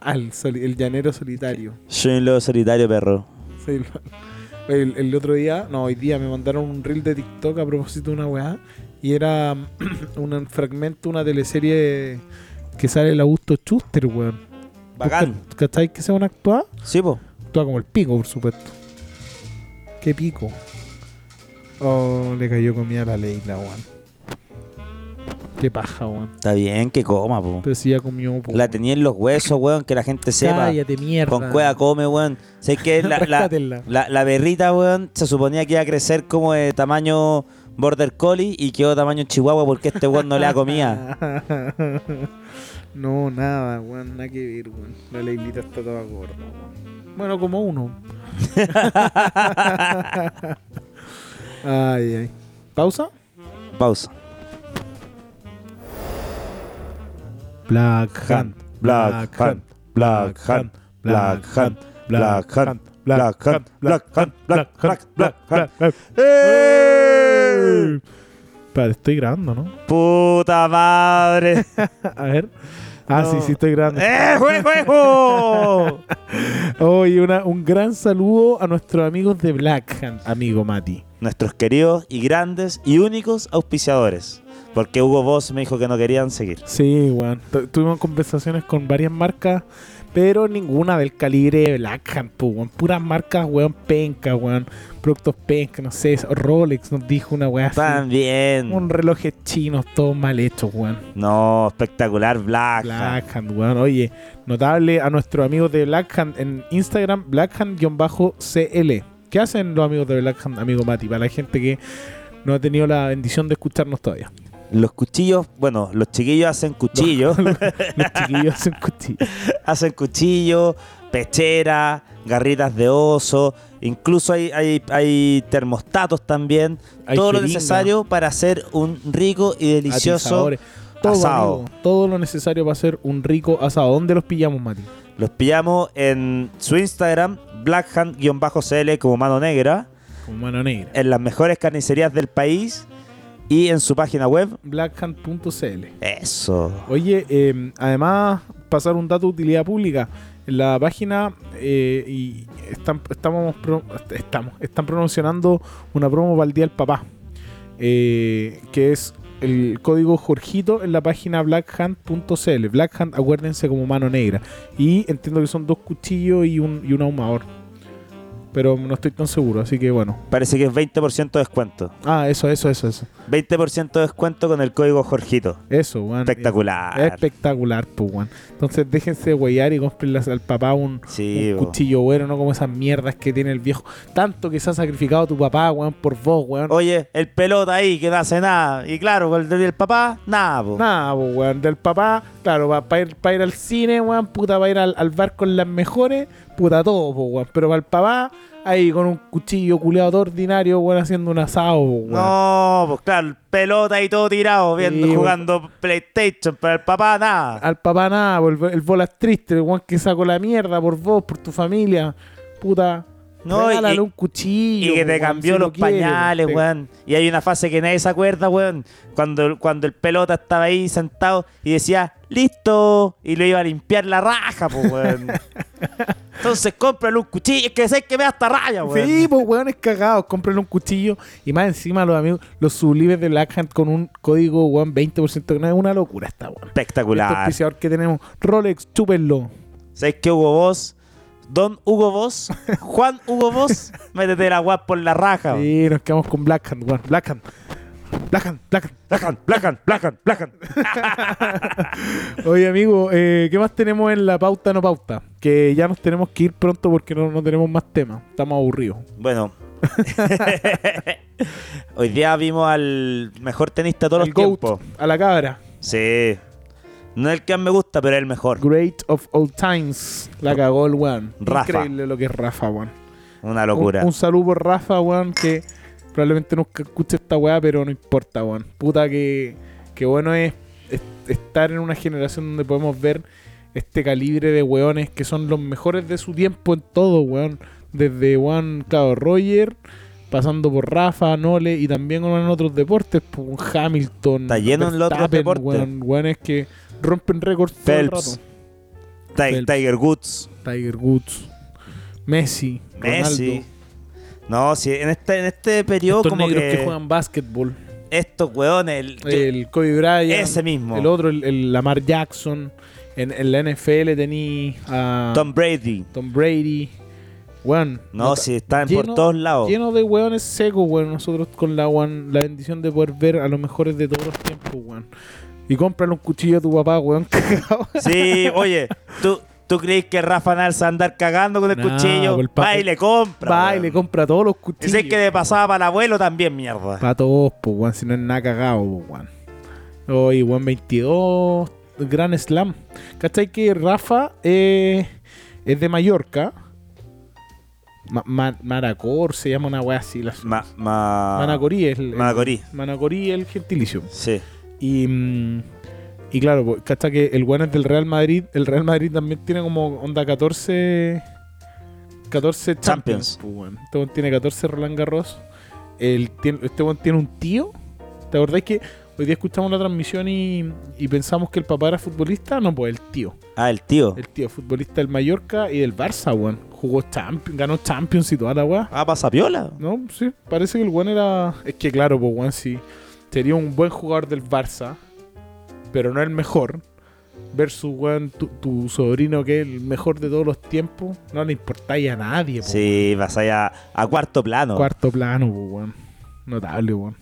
Ah, el, soli- el llanero solitario. Soy un lobo solitario, perro. Sí, lo- el, el otro día, no, hoy día me mandaron un reel de TikTok a propósito de una weá. Y era un fragmento, una teleserie que sale el Augusto Schuster, weón. Bacán. ¿Tú ca- ¿Cachai que se van a actuar? Sí, po. Actúa como el pico, por supuesto. ¿Qué pico? Oh, le cayó comida a la Leila, weón. Qué paja, weón. Está bien que coma, po. Pero si ya comió, po. La tenía en los huesos, weón, que la gente sepa. Cállate, mierda. Con cueva come, weón. Sé que la, la, Rescátenla. la- la berrita, weón, se suponía que iba a crecer como de tamaño Border Collie y quedó tamaño Chihuahua porque este weón no le da comida. no, nada, weón, nada que ver, weón. La leilita está toda gorda, weón. Bueno, como uno. ay, ay. ¿Pausa? Pausa. Black Hand, Black Hand, Black Hand, Black Hand, Black Hand, Black Hand, Black Hand, Black Hand, Black Hand. ¡Eh! Espérate, estoy grabando, ¿no? ¡Puta madre! A ver. Ah, sí, No. sí, estoy grabando. ¡Eh, juego, juego! Hoy una- un gran saludo a nuestros amigos de Black Hand, amigo Mati. Nuestros queridos y grandes y únicos auspiciadores. Porque Hugo Boss me dijo que no querían seguir. Sí, weón. Tu- Tuvimos conversaciones con varias marcas, pero ninguna del calibre de Black Hand, po, weón. Puras marcas, weón, penca, weón. Productos penca, no sé. Rolex nos dijo una weá así. También. Un relojes chinos, todos mal hechos, weón. No, espectacular Black. Hat. Black Hand, weón. Oye, notable a nuestros amigos de Black Hand en Instagram, blackhand-cl. ¿Qué hacen los amigos de Black Hand, amigo Mati? Para la gente que no ha tenido la bendición de escucharnos todavía. Los cuchillos, bueno, los chiquillos hacen cuchillos. Los chiquillos hacen cuchillos. hacen cuchillos, pechera, garritas de oso, incluso hay, hay, hay termostatos también. Hay todo lo jeringa. necesario para hacer un rico y delicioso. atizadores, Todo, asado. amigo, todo lo necesario para hacer un rico asado. ¿Dónde los pillamos, Mati? Los pillamos en su Instagram, blackhand-cl como mano negra, Con mano negra. en las mejores carnicerías del país y en su página web. Blackhand.cl. Eso. Oye, eh, además, pasar un dato de utilidad pública. En la página eh, y están, estamos, pro- estamos, están promocionando una promo para el Día del Papá, eh, que es el código Jorgito en la página blackhand.cl. Blackhand, acuérdense, como mano negra. Y entiendo que son dos cuchillos y un, y un ahumador. Pero no estoy tan seguro, así que bueno. Parece que es 20% de descuento. Ah, eso, eso, eso, eso. 20% de descuento con el código Jorgito. Eso, weón. Espectacular. Espectacular, pues, weón. Entonces déjense de huellar y comprenle al papá un, Sí, un bo. cuchillo bueno, no como esas mierdas que tiene el viejo. Tanto que se ha sacrificado tu papá, weón, por vos, weón. Oye, el pelota ahí que no hace nada. Y claro, con el del papá, nada, po. Nada, pues, weón. Del papá, claro, para ir, pa ir al cine, weón, puta, para ir al, al bar con las mejores, puta, todo, pues, weón. Pero para el papá, ahí con un cuchillo culeado todo ordinario, weón, haciendo un asado, po, weón. No, pues claro, el pelota ahí todo tirado, viendo, Sí, bo. jugando PlayStation, pero el papá nada. Al papá nada, po, el, el bolas triste, el weón que sacó la mierda por vos, por tu familia. Puta. No, y- regálale y- un cuchillo. Y que po, te weón, cambió si lo los quiere, pañales, te- weón. Y hay una fase que nadie se acuerda, weón. Cuando, cuando el pelota estaba ahí sentado y decía, listo. Y le iba a limpiar la raja, pues, weón. Entonces cómprale un cuchillo. Es que sé que me da hasta raya, weón. Sí, pues weones cagados, cómprenle un cuchillo y más encima los amigos, los sublimes de Black Hand con un código weón 20% que no es una locura esta weón. Este Espectacular. auspiciador que tenemos, Rolex, chúpenlo. ¿Sabes qué, Hugo Boss? Don Hugo Boss, Juan Hugo Boss, métete la guap por la raja. weón. Sí, nos quedamos con Black Hand, weón. Black Hand. Black Hand, Black Hand. Placan, placan, placan, placan. Oye, amigo, eh, ¿qué más tenemos en la pauta no pauta? Que ya nos tenemos que ir pronto porque no, no tenemos más temas. Estamos aburridos. Bueno. Hoy día vimos al mejor tenista de todos El los GOAT, tiempos. a la cabra. Sí. No es el que más me gusta, pero es el mejor. Great of All Times. La cagó el weón. Rafa. Increíble lo que es Rafa, weón. Una locura. Un, un saludo por Rafa, weón, que probablemente nunca escuche esta weá, pero no importa, weón. Puta que, que bueno es, es- estar en una generación donde podemos ver este calibre de weones que son los mejores de su tiempo en todo, weón. Desde weón, claro, Roger, pasando por Rafa, Nole y también en otros deportes, pues, un Hamilton. Está lleno en los otros Verstappen, deportes. Weón, weones que rompen récords todo el Phelps. rato. Ti- Phelps. Tiger Woods. Tiger Woods, Messi, Messi. Ronaldo. No, sí, en este, en este periodo Estos como negros que, que, juegan básquetbol. estos weones, el- El Kobe Bryant. ese mismo, El otro, el, el Lamar Jackson. En, en la NFL tení a Tom, Tom Brady. Brady. Weón. No, nota- sí, están lleno- por todos lados. Lleno de weones secos, weón. Nosotros con la weón, la bendición de poder ver a los mejores de todos los tiempos, weón. Y cómprale un cuchillo a tu papá, weón. cagado. Sí, oye, tú, ¿Tú crees que Rafa Nadal se va a andar cagando con el No, cuchillo? pues el pa- Va y le compra. Va y weón. le compra todos los Y si cuchillos. es que le pasaba para el abuelo también, mierda. Para todos, pues, weón. Si no es nada cagado, pues, weón. Hoy, weón, 22. Gran Slam. ¿Cachai que Rafa eh, es de Mallorca? Ma- Ma- Maracor se llama una weá así. La Ma- ma- Manacorí es el. el- Manacorí. Manacorí es el gentilicio. Sí. Y, mm, y claro, pues, cacha que el weón es del Real Madrid. El Real Madrid también tiene como onda 14. 14 Champions. Champions. pues, weón. Este weón tiene 14 Roland Garros. El, tien- este weón tiene un tío. ¿Te acordáis que hoy día escuchamos la transmisión y, y pensamos que el papá era futbolista? No, pues el tío. Ah, el tío. El tío, futbolista del Mallorca y del Barça, weón. Jugó Champions, ganó Champions y toda la weá. Ah, pasa piola. No, sí, parece que el weón era. Es que claro, pues weón sí. Sería un buen jugador del Barça, pero no el mejor. Versus weón, tu, tu sobrino que es el mejor de todos los tiempos. No le importáis a nadie, pues, po, Sí, pasa ya a cuarto plano. weón. Cuarto plano, pues weón. Notable, weón.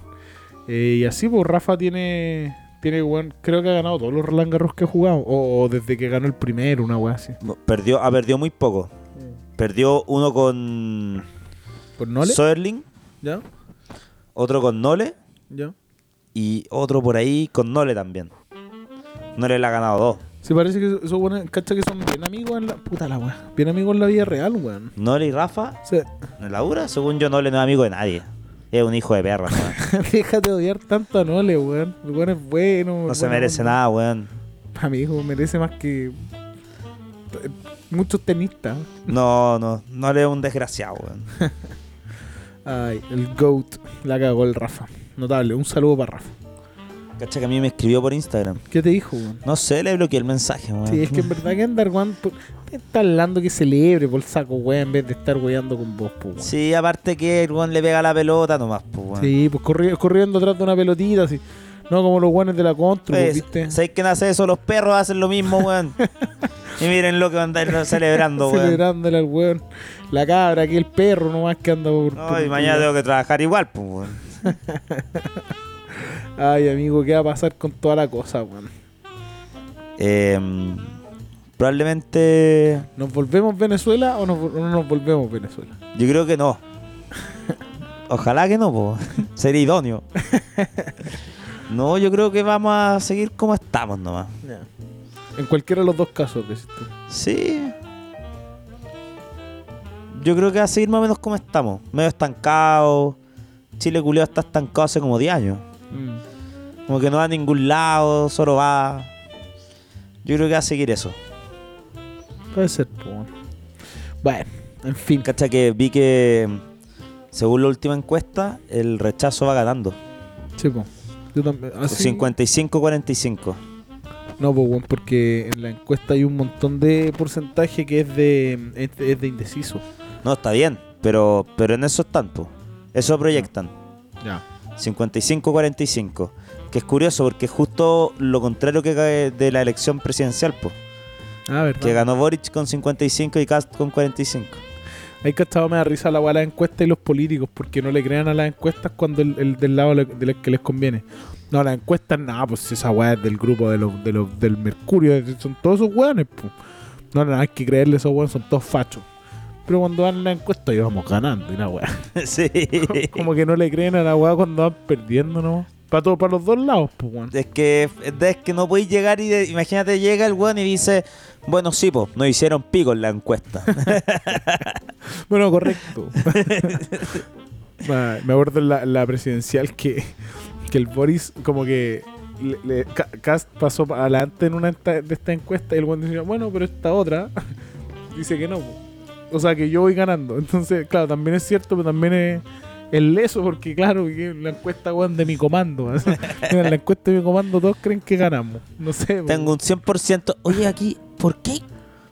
Eh, y así, pues Rafa tiene. Tiene, weón, creo que ha ganado todos los Roland Garros que ha jugado. O, o desde que ganó el primero, una weá así. Perdió, ah, perdió muy poco. Perdió uno con ¿Con Nole? Söderling, ¿Ya? otro con Nole ¿Ya? y otro por ahí con Nole también. Nole le ha ganado dos. Sí, parece que esos weones, cacha que son bien amigos en la. Puta la weá. Bien amigos en la vida real, weón. Nole y Rafa, Se- en la dura, según yo, Nole no es amigo de nadie. Es un hijo de perra. weón. déjate odiar tanto a Nole, weón. El weón es bueno. No se merece nada, weón. Amigo, merece más que t- muchos tenistas. No, no, Nole es un desgraciado, weón. Ay, el GOAT. La cagó el Rafa. Notable. Un saludo para Rafa. Cacha que a mí me escribió por Instagram. ¿Qué te dijo, weón? No sé, le bloqueé el mensaje, weón. Sí, es que en verdad que andar, weón. por- te Está hablando que celebre por el saco, weón, en vez de estar weando con vos, po, weón. Sí, aparte que el weón le pega la pelota nomás, pues, weón. Sí, pues corri- corriendo atrás de una pelotita, así. No como los weones de la contra, Oye, pues, ¿viste? ¿Sabes quién hace eso? Los perros hacen lo mismo, weón. y miren lo que van a andar celebrando, weón. Celebrándole al weón. La cabra, aquí el perro nomás que anda por. No, por- y mañana tengo que trabajar igual, pues, weón. Ay, amigo, ¿qué va a pasar con toda la cosa, weón? Eh, probablemente. ¿Nos volvemos Venezuela o, nos- o no nos volvemos Venezuela? Yo creo que no. Ojalá que no, pues. Sería idóneo. No, yo creo que vamos a seguir como estamos nomás. En cualquiera de los dos casos, decís tú. Sí. Yo creo que va a seguir más o menos como estamos. Medio estancado. Chile culeo está estancado hace como 10 años. Mm, Como que no va a ningún lado, solo va. Yo creo que va a seguir eso. Puede ser, po, weón. Bueno, en fin. Cacha que vi que, según la última encuesta, el rechazo va ganando. Sí, po. Yo también. así- 55-45. No, po, weón, porque en la encuesta hay un montón de porcentaje que es de, es de, es de indeciso. No, está bien, pero, pero en eso están, po. Eso proyectan. Ya. 55-45. Que es curioso porque es justo lo contrario que cae de la elección presidencial, po. A ver, Que ganó Boric con 55 y Cast con 45. Hay que me da risa la weá de las encuestas y los políticos porque no le crean a las encuestas cuando el, el del lado le- del que les conviene. No, las encuestas, nada, pues esa weá es del grupo de los, de los, del Mercurio, es- son todos esos weones, pues. No, no, hay que creerle a esos weones, son todos fachos. Pero cuando dan la encuesta, íbamos ganando, y la weá. sí. Como que no le creen a la weá cuando van perdiendo, ¿no? Para todos, para los dos lados, pues, weón. Es que, es que no podéis llegar y de- imagínate, llega el weón y dice, bueno, sí, pues, nos hicieron pico en la encuesta. Bueno, correcto. Ma- Me acuerdo en la, en la presidencial que, que el Boris como que le, le- Ca- Cast pasó pa- adelante en una esta- de esta encuesta y el buen decía, bueno, pero esta otra dice que no. po". O sea, que yo voy ganando. Entonces, claro, también es cierto, pero también es, es leso porque, claro, que la encuesta weón, de mi comando. Mira, en la encuesta de mi comando todos creen que ganamos. No sé. po. Tengo un 100%. Oye, aquí, ¿por qué?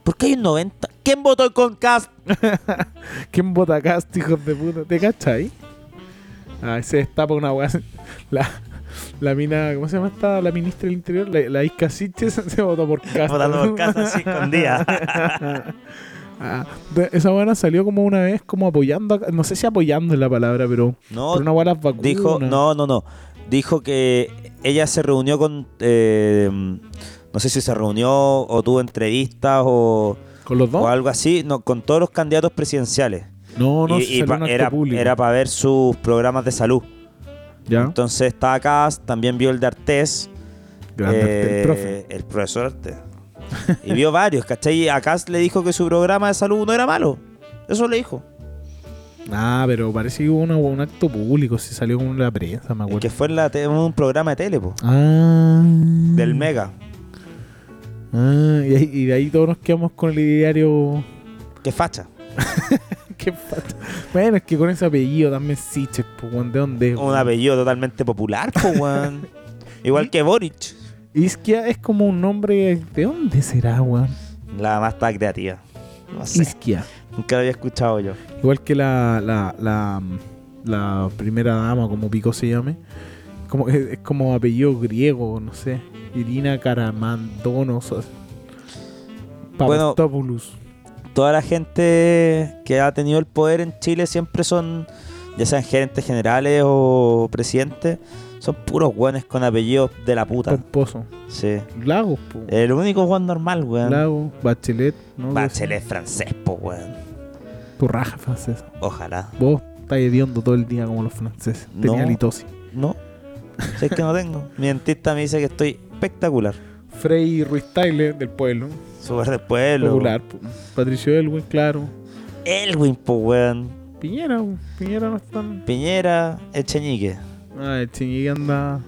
¿Por qué hay un 90? ¿Quién votó con Cast? ¿Quién vota a Cast, hijos de puta? ¿Te cachas ahí? Ah, se destapa una weá. La, la mina, ¿cómo se llama esta? La ministra del interior, la, la Isca Siches, se votó por Cast. Votando por Cast así escondida. Ah, de- esa buena salió como una vez, como apoyando, a- no sé si apoyando es la palabra, pero No, por una buena vacuna. dijo, no, no, no. Dijo que ella se reunió con eh, no sé si se reunió o tuvo entrevistas o, ¿Con los dos? o algo así, no, con todos los candidatos presidenciales. No, no, Y- se y salió pa- un acto era, público. era para ver sus programas de salud. ¿Ya? Entonces estaba Cas, también vio el de Artés, Grande eh, el profe. el profesor Artés. Y vio varios, ¿cachai? Y A Cas le dijo que su programa de salud no era malo. Eso le dijo. Ah, pero parece que hubo una- un acto público. Se salió con la prensa, me El acuerdo. que fue en la te- un programa de tele, po, Ah. del Mega. Ah, y, ahí- y de ahí todos nos quedamos con el diario. Qué facha. Qué pato. Bueno, es que con ese apellido también Siches, pues, weón, ¿de dónde? es, Un weón? apellido totalmente popular, po, weón. Igual que Boric. Isquia es como un nombre. ¿De dónde será, weón? La más está creativa. No sé. Isquia. Nunca lo había escuchado yo. Igual que la, la, la, la primera dama, como Pico se llame. Como, es, es como apellido griego, no sé. Irina Karamandonos. Bueno. Papadopoulos. Toda la gente que ha tenido el poder en Chile siempre son, ya sean gerentes generales o presidentes, son puros weones con apellidos de la puta. Pomposo. Sí. Lagos, po. El único weón normal, weón. Lagos, Bachelet. ¿no? Bachelet francés, po, weón. Tu raja francesa. Ojalá. Vos estás hediondo todo el día como los franceses. Tenía No. litosis. No. Si es que no tengo. Mi dentista me dice que estoy espectacular. Frey Ruiz Taile del pueblo. Súper del pueblo. Popular. po. Patricio Elwin, claro. Elwin, po, weón. Piñera, po. Piñera no es tan. Piñera es cheñique. Ah, el Chiñigui anda.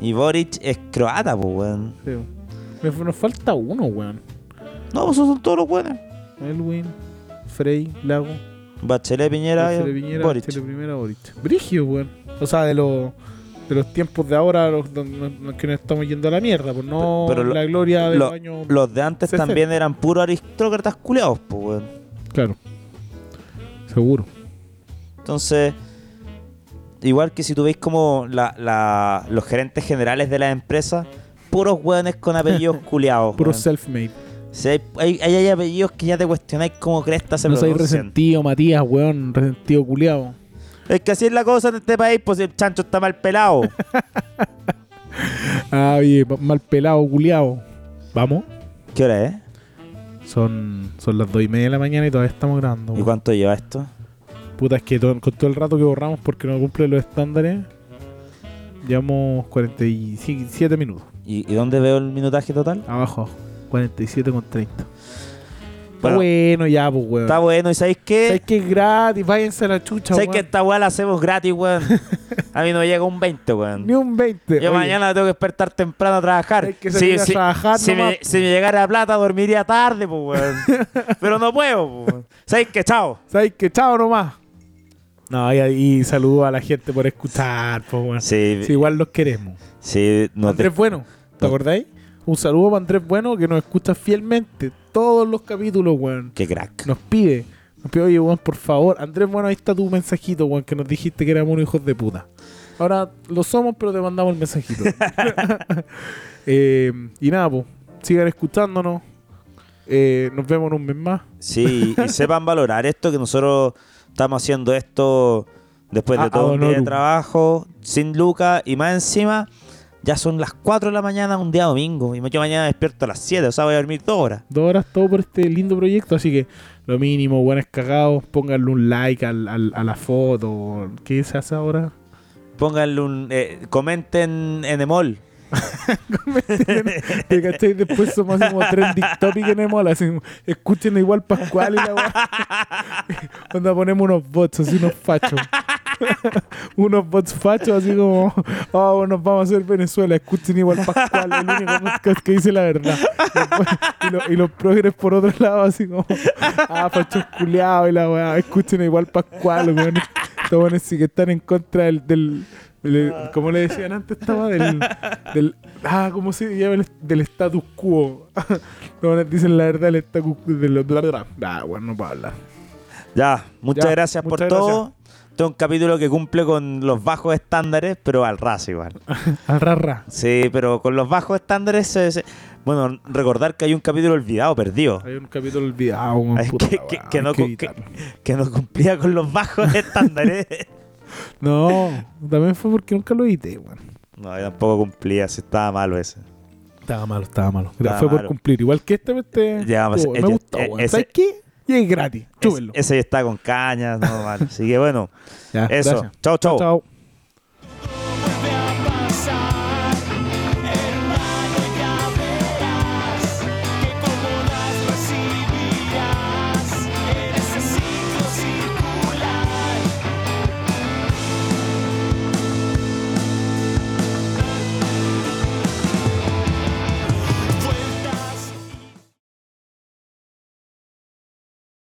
Y Boric es croata, pues, weón. sí. Me- nos falta uno, weón. No, pues esos son todos los buenos. Elwin, Frey, Lago, Bachelet, Piñera, Chile Piñera, Boric. Chile Primera, Boric. Brigio, weón. O sea, de los de los tiempos de ahora, los, donde no- no- que nos estamos yendo a la mierda, pues no Pero lo- la gloria de lo- los años. Los de antes Sí, sí. también eran puros aristócratas culeados, pues, weón. Claro. Seguro. Entonces, igual que si tú veis como la, la- los gerentes generales de las empresas, puros weones con apellidos culeados. Puro weón. self-made. Si hay, hay, hay- hay apellidos que ya te cuestionáis cómo cresta se No soy pronuncian. resentido, Matías, weón. Resentido culiado. Es que así es la cosa en este país, pues el chancho está mal pelado. Ah, oye, pa- mal pelado culiado. Vamos. ¿Qué hora es? Son, son las dos y media de la mañana y todavía estamos grabando. ¿Y weón. cuánto lleva esto? Puta, es que to- con todo el rato que borramos porque no cumple los estándares, llevamos 47 minutos. ¿Y, y dónde veo el minutaje total? Abajo, abajo. 47 con 30. Está Bueno, bueno ya, pues, weón. está bueno, ¿y sabéis ¿Sabes qué? que es gratis? Váyanse a la chucha, ¿Sabéis weón. que esta weá la hacemos gratis, weón? A mí no llega un 20, weón. Ni un 20. Yo Oye, mañana tengo que despertar temprano a trabajar. Hay que salir a trabajar si nomás. me, si me llegara plata, dormiría tarde, pues, weón. Pero no puedo, pues, weón. ¿Sabéis qué? Chao. ¿Sabes que Chao nomás. No, y, y saludo a la gente por escuchar, pues, weón. Sí, Sí, igual los queremos. sí, no Andrés Bueno, ¿te no- acordáis? Un saludo para Andrés Bueno que nos escucha fielmente todos los capítulos, weón. Qué crack. nos pide, nos pide, oye, weón, por favor, Andrés, bueno, ahí está tu mensajito, weón, que nos dijiste que éramos unos hijos de puta. Ahora lo somos, pero te mandamos el mensajito. Eh, y nada, pues, sigan escuchándonos. Eh, nos vemos en un mes más. Sí, y sepan valorar esto, que nosotros estamos haciendo esto después de Ah, todo ad un día de honorum. trabajo, sin lucas, y más encima, ya son las 4 de la mañana, un día domingo, y yo mañana despierto a las 7, o sea, voy a dormir dos horas. Dos horas todo por este lindo proyecto, así que lo mínimo, buenas cagados, pónganle un like al- al- a la foto. ¿Qué se hace ahora? Pónganle un. eh, comenten en Emol. ¿Te cachai? Después somos así como trending topic en Emola. Así, como, escuchen igual Pascual y la weá. Onda ponemos unos bots, así unos fachos. unos bots fachos, así como, oh, nos vamos a hacer Venezuela. Escuchen igual Pascual, el único podcast que dice la verdad. Después- y, lo- y los progres por otro lado, así como, ah, fachos culiados y la weá. Escuchen igual Pascual, weón. Estos weones sí que están en contra del. del del- ¿Cómo le decían antes? Estaba del, del ah, ¿cómo se llama? El- Del status quo. Los dicen la verdad del status quo. De lo, bla, bla, bla. Ah, bueno, no puedo hablar. Ya, muchas Ya, gracias por muchas todo. Este es un capítulo que cumple con los bajos estándares, pero al ras igual. Al ra, ra. Sí, pero con los bajos estándares. se- se- Bueno, recordar que hay un capítulo olvidado, perdido. Hay un capítulo olvidado. weón, Ay, puta que- la que- weá, que hay no cu- que- evitarlo. que no cumplía con los bajos estándares. No, también fue porque nunca lo edité, weón. no, yo tampoco cumplía, si estaba malo ese. Estaba malo, estaba malo. Estaba Fue por malo. cumplir. Igual que este, este Ya, pues, estuvo- eh, me ya, gustó, eh, weón. ese- ¿Sabes qué? Y es gratis. Es- Chúbenlo. ese ya está con cañas, no, vale. Así que bueno, Ya, eso. gracias. Chao, chao. Chao.